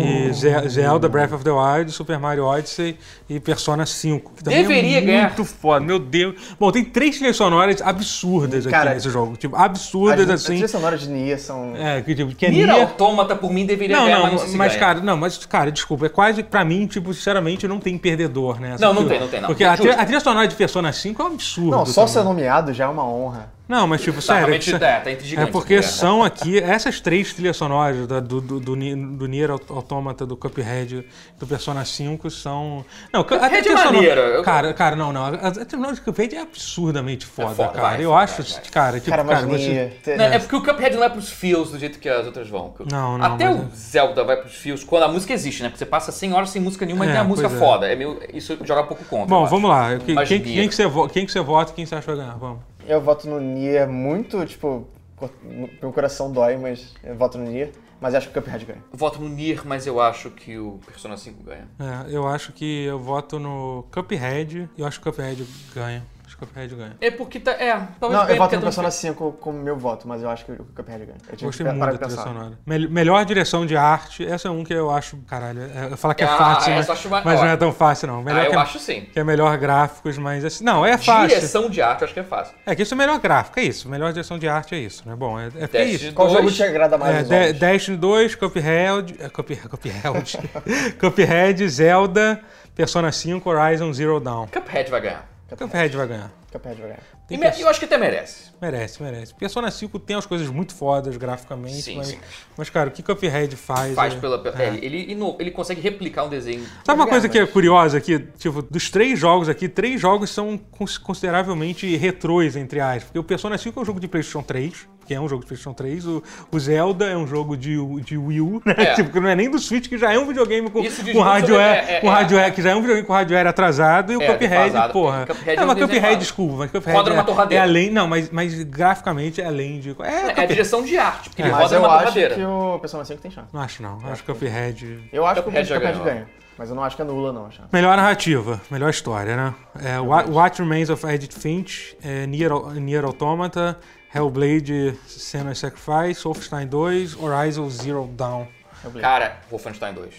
[SPEAKER 1] e Ze- Zelda Breath of the Wild, Super Mario Odyssey e Persona 5. Que também
[SPEAKER 2] Deveria
[SPEAKER 1] é muito
[SPEAKER 2] ganhar.
[SPEAKER 1] foda, meu Deus. Bom, tem três trilhas sonoras absurdas aqui
[SPEAKER 3] Cara,
[SPEAKER 1] nesse jogo. Tipo,
[SPEAKER 3] As,
[SPEAKER 1] absurdas
[SPEAKER 3] as
[SPEAKER 1] assim.
[SPEAKER 3] trilhas sonoras de Nia são...
[SPEAKER 1] É, que, tipo, que é
[SPEAKER 2] Nier
[SPEAKER 1] Nier...
[SPEAKER 2] Automata, por mim, deveria
[SPEAKER 1] Não,
[SPEAKER 2] ganhar,
[SPEAKER 1] não,
[SPEAKER 2] mas não sei se
[SPEAKER 1] mas
[SPEAKER 2] ganha.
[SPEAKER 1] cara, não, mas cara, desculpa, é quase pra mim, tipo, sinceramente, não tem perdedor, né?
[SPEAKER 2] Não, não
[SPEAKER 1] Porque-
[SPEAKER 2] tem, não tem, não.
[SPEAKER 1] Porque a,
[SPEAKER 2] Justo.
[SPEAKER 1] trilha- a trilha sonora de Persona 5 é um absurdo.
[SPEAKER 3] Não, só
[SPEAKER 1] também.
[SPEAKER 3] ser nomeado já é uma honra.
[SPEAKER 1] Não, mas tipo,
[SPEAKER 2] Tá,
[SPEAKER 1] sério.
[SPEAKER 2] realmente,
[SPEAKER 1] isso-
[SPEAKER 2] é, tá entre
[SPEAKER 1] É
[SPEAKER 2] gigantes,
[SPEAKER 1] porque
[SPEAKER 2] né?
[SPEAKER 1] são aqui, essas três trilhas sonoras, da- do, do, do, Ni- do Nier Aut- Automata, do Cuphead, do Persona 5, são... Não, Cuphead
[SPEAKER 2] é maneiro, eu-
[SPEAKER 1] Cara, cara, não, não. A a trilha sonora do Cuphead é absurdamente foda,
[SPEAKER 2] foda,
[SPEAKER 1] cara.
[SPEAKER 2] vai,
[SPEAKER 1] eu
[SPEAKER 2] vai,
[SPEAKER 1] acho,
[SPEAKER 2] vai.
[SPEAKER 1] cara, tipo,
[SPEAKER 3] Cara,
[SPEAKER 1] cara,
[SPEAKER 3] mas
[SPEAKER 1] você-
[SPEAKER 3] Nia... te-
[SPEAKER 2] Não, é porque o Cuphead não é pros fios do jeito que as outras vão.
[SPEAKER 1] Não, não,
[SPEAKER 2] Até
[SPEAKER 1] mas é.
[SPEAKER 2] o Zelda vai pros fios quando a música existe, né? Porque você passa 100 horas sem música nenhuma e
[SPEAKER 1] É,
[SPEAKER 2] tem a música
[SPEAKER 1] pois é.
[SPEAKER 2] foda. É meio, isso joga pouco contra. eu
[SPEAKER 1] Bom,
[SPEAKER 2] acho.
[SPEAKER 1] vamos lá. Eu- que-
[SPEAKER 2] Mas
[SPEAKER 1] Quem,
[SPEAKER 2] Nia.
[SPEAKER 1] quem que você vo- quem que você vota e quem você acha que vai ganhar? Vamos.
[SPEAKER 3] Eu voto no Nier muito, tipo, co- meu coração dói, mas eu voto no Nier. Mas acho que o Cuphead ganha.
[SPEAKER 2] Eu voto no Nier, mas eu acho que o Persona 5 ganha.
[SPEAKER 1] É, eu acho que eu voto no Cuphead. Eu acho que o Cuphead ganha. Acho que o Cuphead ganha.
[SPEAKER 2] É porque tá. É, talvez
[SPEAKER 3] Não,
[SPEAKER 2] ganhe
[SPEAKER 3] eu voto
[SPEAKER 2] porque
[SPEAKER 3] no
[SPEAKER 2] é tão
[SPEAKER 3] Persona 5 como meu voto, mas eu acho que o Cuphead ganha. Eu tinha que
[SPEAKER 1] Gostei
[SPEAKER 3] parar
[SPEAKER 1] muito da
[SPEAKER 3] pra
[SPEAKER 1] trilha
[SPEAKER 3] pensar.
[SPEAKER 1] sonora. Mel- melhor direção de arte, essa é um que eu acho, caralho, é- eu falo que é
[SPEAKER 2] Ah,
[SPEAKER 1] fácil,
[SPEAKER 2] essa
[SPEAKER 1] né?
[SPEAKER 2] eu acho mais-
[SPEAKER 1] mas
[SPEAKER 2] ó.
[SPEAKER 1] não é tão fácil não. Melhor
[SPEAKER 2] Ah, eu
[SPEAKER 1] que, é,
[SPEAKER 2] acho sim.
[SPEAKER 1] que é melhor gráficos, mas assim, não, é fácil.
[SPEAKER 2] Direção de arte, eu acho que é fácil.
[SPEAKER 1] É que isso é melhor gráfico, é isso. Melhor direção de arte é isso, né? Bom, é, é porque é
[SPEAKER 2] Destiny
[SPEAKER 1] isso.
[SPEAKER 3] Qual
[SPEAKER 2] dois.
[SPEAKER 3] jogo te agrada mais?
[SPEAKER 1] É,
[SPEAKER 3] os
[SPEAKER 1] De-
[SPEAKER 3] homens?
[SPEAKER 1] Destiny 2, Cuphead, é, Cuphead, Cuphead, Cuphead, Zelda, Persona 5, Horizon Zero Dawn.
[SPEAKER 2] Cuphead vai ganhar.
[SPEAKER 1] Cuphead vai ganhar.
[SPEAKER 3] Cuphead vai ganhar.
[SPEAKER 2] E
[SPEAKER 1] Tem
[SPEAKER 2] me-
[SPEAKER 1] que-
[SPEAKER 2] eu acho que até merece.
[SPEAKER 1] Merece, merece. Persona 5 tem as coisas muito fodas graficamente,
[SPEAKER 2] Sim,
[SPEAKER 1] mas,
[SPEAKER 2] sim.
[SPEAKER 1] mas, cara, o que Cuphead faz?
[SPEAKER 2] Faz
[SPEAKER 1] é-
[SPEAKER 2] pela. pela- Ele, ele, ino- ele consegue replicar um desenho.
[SPEAKER 1] Sabe uma
[SPEAKER 3] Obrigado,
[SPEAKER 1] coisa que é
[SPEAKER 3] mas-
[SPEAKER 1] curiosa aqui? Tipo, dos três jogos aqui, três jogos são cons- consideravelmente retrôs, entre aspas. Porque o Persona 5 é um jogo de PlayStation 3, que é um jogo de PlayStation 3. O, o Zelda é um jogo de, de Wii U, né?
[SPEAKER 2] É.
[SPEAKER 1] Tipo, que não é nem do Switch, que já é um videogame com,
[SPEAKER 2] Isso diz
[SPEAKER 1] com
[SPEAKER 2] muito
[SPEAKER 1] hardware,
[SPEAKER 2] sobre- é, é,
[SPEAKER 1] com
[SPEAKER 2] é.
[SPEAKER 1] hardware, que já é um videogame com hardware atrasado. E o
[SPEAKER 2] É,
[SPEAKER 1] Cuphead,
[SPEAKER 2] defasado.
[SPEAKER 1] porra.
[SPEAKER 2] Cuphead é
[SPEAKER 1] é,
[SPEAKER 2] um
[SPEAKER 1] mas
[SPEAKER 2] desenho
[SPEAKER 1] Cuphead,
[SPEAKER 2] animado.
[SPEAKER 1] desculpa, mas Cuphead
[SPEAKER 2] Roda numa
[SPEAKER 1] é, é
[SPEAKER 2] torradeira.
[SPEAKER 1] além... Não, mas, mas graficamente é além de... É,
[SPEAKER 2] É, a
[SPEAKER 1] Cuphead.
[SPEAKER 2] direção de arte, porque ele
[SPEAKER 3] Mas
[SPEAKER 2] roda
[SPEAKER 3] eu
[SPEAKER 2] numa
[SPEAKER 3] acho que
[SPEAKER 2] torradeira.
[SPEAKER 3] o Persona 5 tem chance.
[SPEAKER 1] Não acho não. Acho
[SPEAKER 2] É.
[SPEAKER 1] que Cuphead...
[SPEAKER 3] Eu acho que o
[SPEAKER 2] Cuphead já
[SPEAKER 3] Cuphead
[SPEAKER 2] ganhou.
[SPEAKER 3] ganha. Mas eu não acho que anula, não, a chance.
[SPEAKER 1] Melhor narrativa, melhor história, né? É, Wha- What Remains of Edith Finch, é, Nier, Nier Automata, Hellblade, Senna Sacrifice, Wolfenstein 2, Horizon Zero Dawn.
[SPEAKER 3] Eu falei.
[SPEAKER 2] Cara, Wolfenstein 2.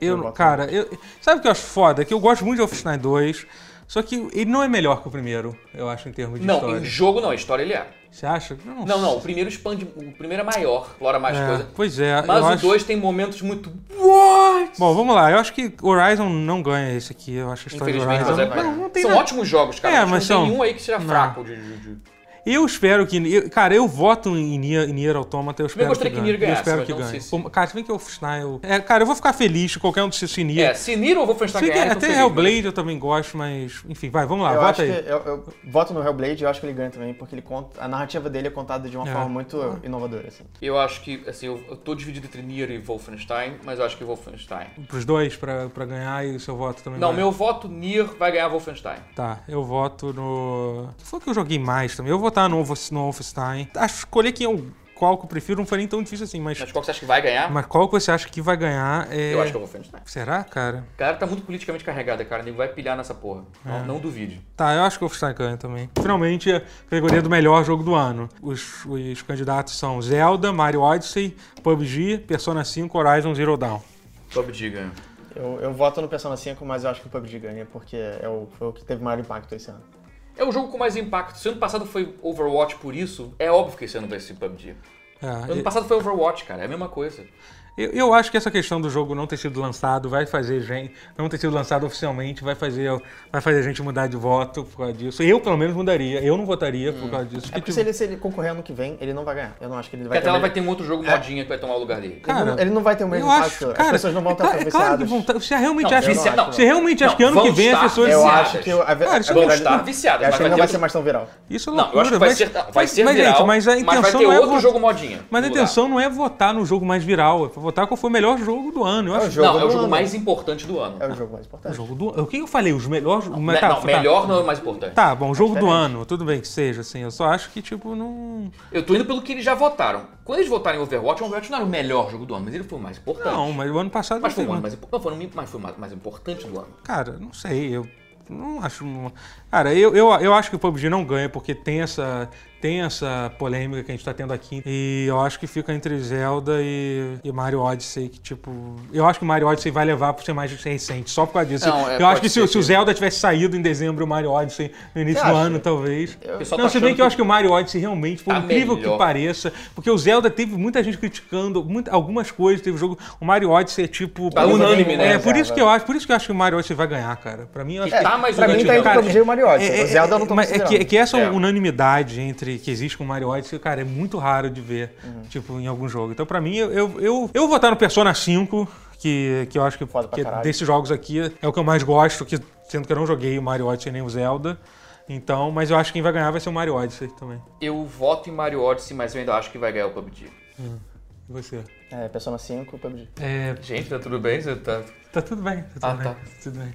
[SPEAKER 1] Eu,
[SPEAKER 3] Eu gosto
[SPEAKER 1] cara, eu, sabe o que eu acho foda? É Que eu gosto muito de Wolfenstein 2, só que ele não é melhor que o primeiro, eu acho, em termos de
[SPEAKER 2] Não,
[SPEAKER 1] história.
[SPEAKER 2] em jogo não, a história ele é.
[SPEAKER 1] Você acha? Eu
[SPEAKER 2] Não, não, o primeiro expande. O primeiro é maior, explora mais
[SPEAKER 1] É,
[SPEAKER 2] coisa.
[SPEAKER 1] pois é,
[SPEAKER 2] Mas
[SPEAKER 1] eu
[SPEAKER 2] o
[SPEAKER 1] acho...
[SPEAKER 2] 2 tem momentos muito. What?
[SPEAKER 1] Bom, vamos lá. Eu acho que Horizon não ganha esse aqui. Eu acho a história do
[SPEAKER 2] Infelizmente,
[SPEAKER 1] Horizon...
[SPEAKER 2] mas é.
[SPEAKER 1] não, não tem
[SPEAKER 2] são
[SPEAKER 1] nada-
[SPEAKER 2] ótimos jogos, cara.
[SPEAKER 1] É,
[SPEAKER 2] Acho que
[SPEAKER 1] mas
[SPEAKER 2] não
[SPEAKER 1] são-
[SPEAKER 2] tem nenhum aí que seja
[SPEAKER 1] Não.
[SPEAKER 2] fraco de. de- de-
[SPEAKER 1] Eu espero que. eu- cara, eu voto em Nier, em Nier Automata, eu espero
[SPEAKER 2] gostaria
[SPEAKER 1] que
[SPEAKER 2] que
[SPEAKER 1] ganhe.
[SPEAKER 2] Nier ganhasse,
[SPEAKER 1] eu espero
[SPEAKER 2] mas
[SPEAKER 1] que
[SPEAKER 2] não
[SPEAKER 1] ganhe.
[SPEAKER 2] sei se-
[SPEAKER 1] Pô, Cara, se bem que eu Wolfenstein. Eu... É, cara, eu vou ficar feliz se qualquer um desses se Nier.
[SPEAKER 2] É, se Niro ou Wolfenstein
[SPEAKER 1] Se bem que é,
[SPEAKER 2] ganhar, eu tô
[SPEAKER 1] até
[SPEAKER 2] feliz,
[SPEAKER 1] Hellblade eu também gosto, mas. Enfim, vai, vamos lá,
[SPEAKER 3] eu
[SPEAKER 1] vota
[SPEAKER 3] acho
[SPEAKER 1] aí.
[SPEAKER 3] que eu, eu voto no Hellblade e eu acho que ele ganha também, porque ele conta, a narrativa dele é contada de uma
[SPEAKER 1] É.
[SPEAKER 3] forma muito
[SPEAKER 2] Ah.
[SPEAKER 3] inovadora. Assim.
[SPEAKER 2] mas Eu acho que, assim, eu, eu tô dividido entre Nier e Wolfenstein, mas eu acho que Wolfenstein.
[SPEAKER 1] Pros dois pra, pra ganhar e o seu voto também.
[SPEAKER 2] Não,
[SPEAKER 1] vai.
[SPEAKER 2] meu voto Nier vai ganhar Wolfenstein.
[SPEAKER 1] Tá, eu voto no. O que foi que eu joguei mais também? Eu vou votar no, Wolf- no Wolfenstein. Acho que escolher quem eu, qual que eu prefiro não foi nem tão difícil assim, mas.
[SPEAKER 2] Mas qual que você acha que vai ganhar?
[SPEAKER 1] Mas qual que você acha que vai ganhar? É...
[SPEAKER 2] Eu acho que é o Wolfenstein.
[SPEAKER 1] Será, cara?
[SPEAKER 2] A galera tá muito politicamente carregada, cara. O nego vai pilhar nessa porra.
[SPEAKER 1] É.
[SPEAKER 2] Não, não duvide.
[SPEAKER 1] Tá, eu acho que o Wolfenstein ganha também. Finalmente, a categoria do melhor jogo do ano. Os, os candidatos são Zelda, Mario Odyssey, PUBG, Persona 5, Horizon Zero Dawn.
[SPEAKER 2] PUBG ganha.
[SPEAKER 3] Eu, eu voto no Persona 5, mas eu acho que o PUBG ganha, porque é o, foi o que teve maior impacto esse ano.
[SPEAKER 2] É o jogo com mais impacto. Se ano passado foi Overwatch por isso, é óbvio que esse ano vai ser PUBG. Ano
[SPEAKER 1] É,
[SPEAKER 2] passado foi Overwatch, cara. É a mesma coisa.
[SPEAKER 1] eu, eu acho que essa questão do jogo não ter sido lançado vai fazer gente. Não ter sido lançado oficialmente vai fazer, vai fazer a gente mudar de voto por causa disso. Eu, pelo menos, mudaria. Eu não votaria
[SPEAKER 2] Hum.
[SPEAKER 1] por causa disso. tipo,
[SPEAKER 3] É porque se ele, se ele concorrer ano que vem, ele não vai ganhar. Eu não acho que ele vai
[SPEAKER 2] Porque até ela vai
[SPEAKER 3] ele,
[SPEAKER 2] ter um outro jogo modinha que vai tomar o lugar dele.
[SPEAKER 1] É. Cara,
[SPEAKER 3] não, ele não vai ter o mesmo
[SPEAKER 1] eu
[SPEAKER 3] impacto.
[SPEAKER 1] acho,
[SPEAKER 3] as
[SPEAKER 1] cara,
[SPEAKER 3] pessoas não vão
[SPEAKER 1] é
[SPEAKER 3] estar tão
[SPEAKER 1] cla- é claro que
[SPEAKER 3] viciadas.
[SPEAKER 1] vão estar. Você realmente
[SPEAKER 2] Não,
[SPEAKER 1] acha
[SPEAKER 2] eu
[SPEAKER 1] que,
[SPEAKER 2] não
[SPEAKER 1] se-
[SPEAKER 2] acho, não.
[SPEAKER 1] você realmente acha que ano que
[SPEAKER 2] vão
[SPEAKER 1] vem as
[SPEAKER 2] estar
[SPEAKER 1] pessoas
[SPEAKER 3] Eu
[SPEAKER 2] viciadas.
[SPEAKER 3] acho que a, ve-
[SPEAKER 1] Cara, isso é um
[SPEAKER 3] a
[SPEAKER 1] não
[SPEAKER 2] Vão
[SPEAKER 1] vai-
[SPEAKER 2] estar
[SPEAKER 3] verdade. é
[SPEAKER 2] viciadas,
[SPEAKER 3] Eu acho
[SPEAKER 2] mas
[SPEAKER 3] que
[SPEAKER 2] vai ter
[SPEAKER 3] ele não vai
[SPEAKER 2] outro...
[SPEAKER 3] ser mais tão viral.
[SPEAKER 1] Isso é
[SPEAKER 2] Não,
[SPEAKER 1] loucura,
[SPEAKER 2] eu acho que vai
[SPEAKER 1] mas-
[SPEAKER 2] ser, não, vai
[SPEAKER 1] mas-
[SPEAKER 2] ser
[SPEAKER 1] mas,
[SPEAKER 2] viral,
[SPEAKER 1] gente, mas a
[SPEAKER 2] vai
[SPEAKER 1] intenção
[SPEAKER 2] ter
[SPEAKER 1] não é
[SPEAKER 2] outro
[SPEAKER 1] vo-
[SPEAKER 2] jogo modinha.
[SPEAKER 1] Mas a
[SPEAKER 2] no
[SPEAKER 1] intenção não é votar no jogo mais viral, é votar qual foi o melhor jogo do ano. Eu
[SPEAKER 3] É o
[SPEAKER 1] acho
[SPEAKER 2] lugar.
[SPEAKER 3] jogo
[SPEAKER 2] Não, é o
[SPEAKER 3] do
[SPEAKER 2] jogo
[SPEAKER 3] ano.
[SPEAKER 2] mais importante do ano.
[SPEAKER 3] É o jogo mais importante.
[SPEAKER 1] O jogo do O que eu falei? Os melhores.
[SPEAKER 2] Me- não, melhor não é o mais importante.
[SPEAKER 1] Tá, bom, jogo do
[SPEAKER 3] diferente.
[SPEAKER 1] ano, tudo bem que seja, assim. Eu só acho que, tipo, não.
[SPEAKER 2] Eu tô indo pelo que eles já votaram. Quando eles votaram em Overwatch, o Overwatch não era o melhor jogo do ano, mas ele foi o mais importante.
[SPEAKER 1] Não, mas o ano passado.
[SPEAKER 2] Tá. mas foi o
[SPEAKER 1] não
[SPEAKER 2] ano
[SPEAKER 1] sei,
[SPEAKER 2] mais importante. Não, foi o ano mais- foi o mais, mais importante do ano.
[SPEAKER 1] mas- Cara, não sei, eu não acho. Cara, eu, eu, eu acho que o PUBG não ganha, porque tem essa. Tem essa polêmica que a gente tá tendo aqui. E eu acho que fica entre Zelda e, e Mario Odyssey, que tipo. Eu acho que o Mario Odyssey vai levar por ser mais recente, só por causa disso.
[SPEAKER 2] Não, é,
[SPEAKER 1] eu acho
[SPEAKER 2] pode
[SPEAKER 1] que se,
[SPEAKER 2] ser
[SPEAKER 1] o- se o
[SPEAKER 2] que-
[SPEAKER 1] Zelda tivesse saído em dezembro, o Mario Odyssey no início
[SPEAKER 3] Você
[SPEAKER 1] do
[SPEAKER 3] acha?
[SPEAKER 1] ano, talvez.
[SPEAKER 2] O pessoal
[SPEAKER 1] não,
[SPEAKER 2] tá
[SPEAKER 1] se bem
[SPEAKER 2] achando
[SPEAKER 1] que eu acho que o Mario Odyssey realmente, por
[SPEAKER 2] Tá
[SPEAKER 1] incrível
[SPEAKER 2] melhor.
[SPEAKER 1] que pareça, porque o Zelda teve muita gente criticando muito- algumas coisas, teve jogo. O Mario Odyssey é tipo.
[SPEAKER 2] Tá unânime, né?
[SPEAKER 1] É, por isso
[SPEAKER 3] Zelda.
[SPEAKER 1] que eu acho, por isso que eu acho que o Mario Odyssey vai ganhar, cara. Pra mim, eu acho
[SPEAKER 2] É,
[SPEAKER 1] que.
[SPEAKER 2] tá mais
[SPEAKER 3] pra mim tá
[SPEAKER 2] unânime,
[SPEAKER 3] entre o
[SPEAKER 2] cara.
[SPEAKER 3] PUBG e o Mario Odyssey.
[SPEAKER 1] É, é,
[SPEAKER 3] o Zelda eu não tô
[SPEAKER 1] mas é que, é
[SPEAKER 3] considerando.
[SPEAKER 1] que essa
[SPEAKER 2] É.
[SPEAKER 1] unanimidade entre que existe com o Mario Odyssey, cara, é muito raro de ver,
[SPEAKER 3] Uhum.
[SPEAKER 1] tipo, em algum jogo. Então, pra mim, eu, eu, eu, eu vou votar no Persona 5, que, que eu acho que,
[SPEAKER 3] Foda pra
[SPEAKER 1] que
[SPEAKER 3] caralho.
[SPEAKER 1] desses jogos aqui é o que eu mais gosto, que, sendo que eu não joguei o Mario Odyssey nem o Zelda. Então, mas eu acho que quem vai ganhar vai ser o Mario Odyssey também.
[SPEAKER 2] Eu voto em Mario Odyssey, mas eu ainda acho que vai ganhar o PUBG.
[SPEAKER 1] E você?
[SPEAKER 3] É, Persona 5 PUBG.
[SPEAKER 1] É,
[SPEAKER 2] Gente, tá tudo bem? Você tá...
[SPEAKER 1] Tá tudo bem, tá tudo
[SPEAKER 2] Ah,
[SPEAKER 1] bem.
[SPEAKER 2] tá.
[SPEAKER 1] Tudo bem.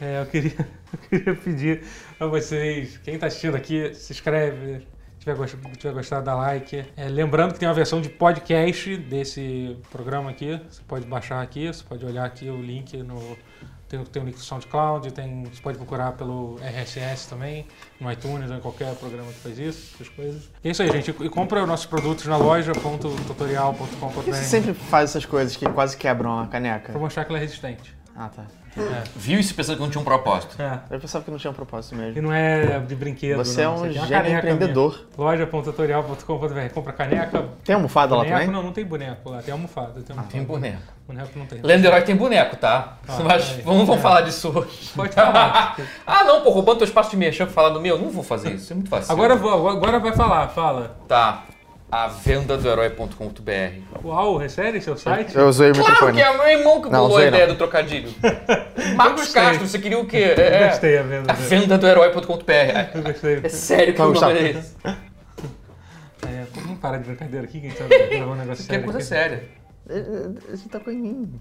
[SPEAKER 1] É, eu, queria, eu queria pedir a vocês, quem tá assistindo aqui, se inscreve, tiver, gost- tiver gostado, dá like. É, lembrando que tem uma versão de podcast desse programa aqui. Você pode baixar aqui, você pode olhar aqui o link no, Tem, tem o link do SoundCloud, tem, você pode procurar pelo RSS também, no iTunes, ou em qualquer programa que faz isso, essas coisas. E é isso aí, gente. E compra os nossos produtos na
[SPEAKER 3] Por que você
[SPEAKER 1] loja.tutorial.com.br.
[SPEAKER 3] sempre faz essas coisas que quase quebram a caneca?
[SPEAKER 1] Pra mostrar que ela é resistente.
[SPEAKER 3] Ah, tá.
[SPEAKER 2] Viu isso pensando que não tinha um propósito.
[SPEAKER 1] É.
[SPEAKER 3] Eu pensava que não tinha um propósito
[SPEAKER 1] E
[SPEAKER 3] mesmo.
[SPEAKER 1] não é de brinquedo.
[SPEAKER 3] Você é
[SPEAKER 1] não, isso
[SPEAKER 3] um
[SPEAKER 1] aqui uma
[SPEAKER 3] gênio
[SPEAKER 1] caneca
[SPEAKER 3] empreendedor.
[SPEAKER 1] minha. Loja.tutorial.com.br. Compra caneca,
[SPEAKER 3] Tem almofada lá
[SPEAKER 1] boneco.
[SPEAKER 3] também? Ah,
[SPEAKER 1] Não, não tem boneco lá, tem almofada. Tem almofada.
[SPEAKER 2] Tem boneco.
[SPEAKER 1] Boneco não tem.
[SPEAKER 2] Lendo Herói tem boneco, tá?
[SPEAKER 1] Ah,
[SPEAKER 2] Mas
[SPEAKER 1] é.
[SPEAKER 2] vamos, vamos falar disso hoje.
[SPEAKER 1] Pode falar.
[SPEAKER 2] ah, não, pô, roubando teu espaço de merchan pra falar do meu? Não vou fazer isso, é muito fácil.
[SPEAKER 1] Agora, vou- agora vai falar, fala.
[SPEAKER 2] Tá. A venda do herói.com.br.
[SPEAKER 1] Uau, é sério seu site?
[SPEAKER 3] Eu usei o
[SPEAKER 2] Claro
[SPEAKER 3] microfone.
[SPEAKER 2] que é meu irmão que
[SPEAKER 3] né? Não,
[SPEAKER 2] bolou a
[SPEAKER 3] usei
[SPEAKER 2] ideia
[SPEAKER 3] não.
[SPEAKER 2] do trocadilho. Marcos
[SPEAKER 1] gostei.
[SPEAKER 2] Castro, você queria o quê? É,
[SPEAKER 1] Eu gostei a venda.
[SPEAKER 2] A
[SPEAKER 1] dele.
[SPEAKER 2] venda do herói.com.br. É,
[SPEAKER 1] Eu gostei.
[SPEAKER 2] é sério que o
[SPEAKER 3] Vamos
[SPEAKER 2] nome
[SPEAKER 3] lá.
[SPEAKER 2] é esse?
[SPEAKER 1] É, pô, vamos parar de brincadeira aqui, que a gente tá gravando um negócio
[SPEAKER 2] Que é
[SPEAKER 1] sério.
[SPEAKER 2] coisa
[SPEAKER 1] aqui.
[SPEAKER 2] séria.
[SPEAKER 3] é. tá Ele ele- ele tocou em mim.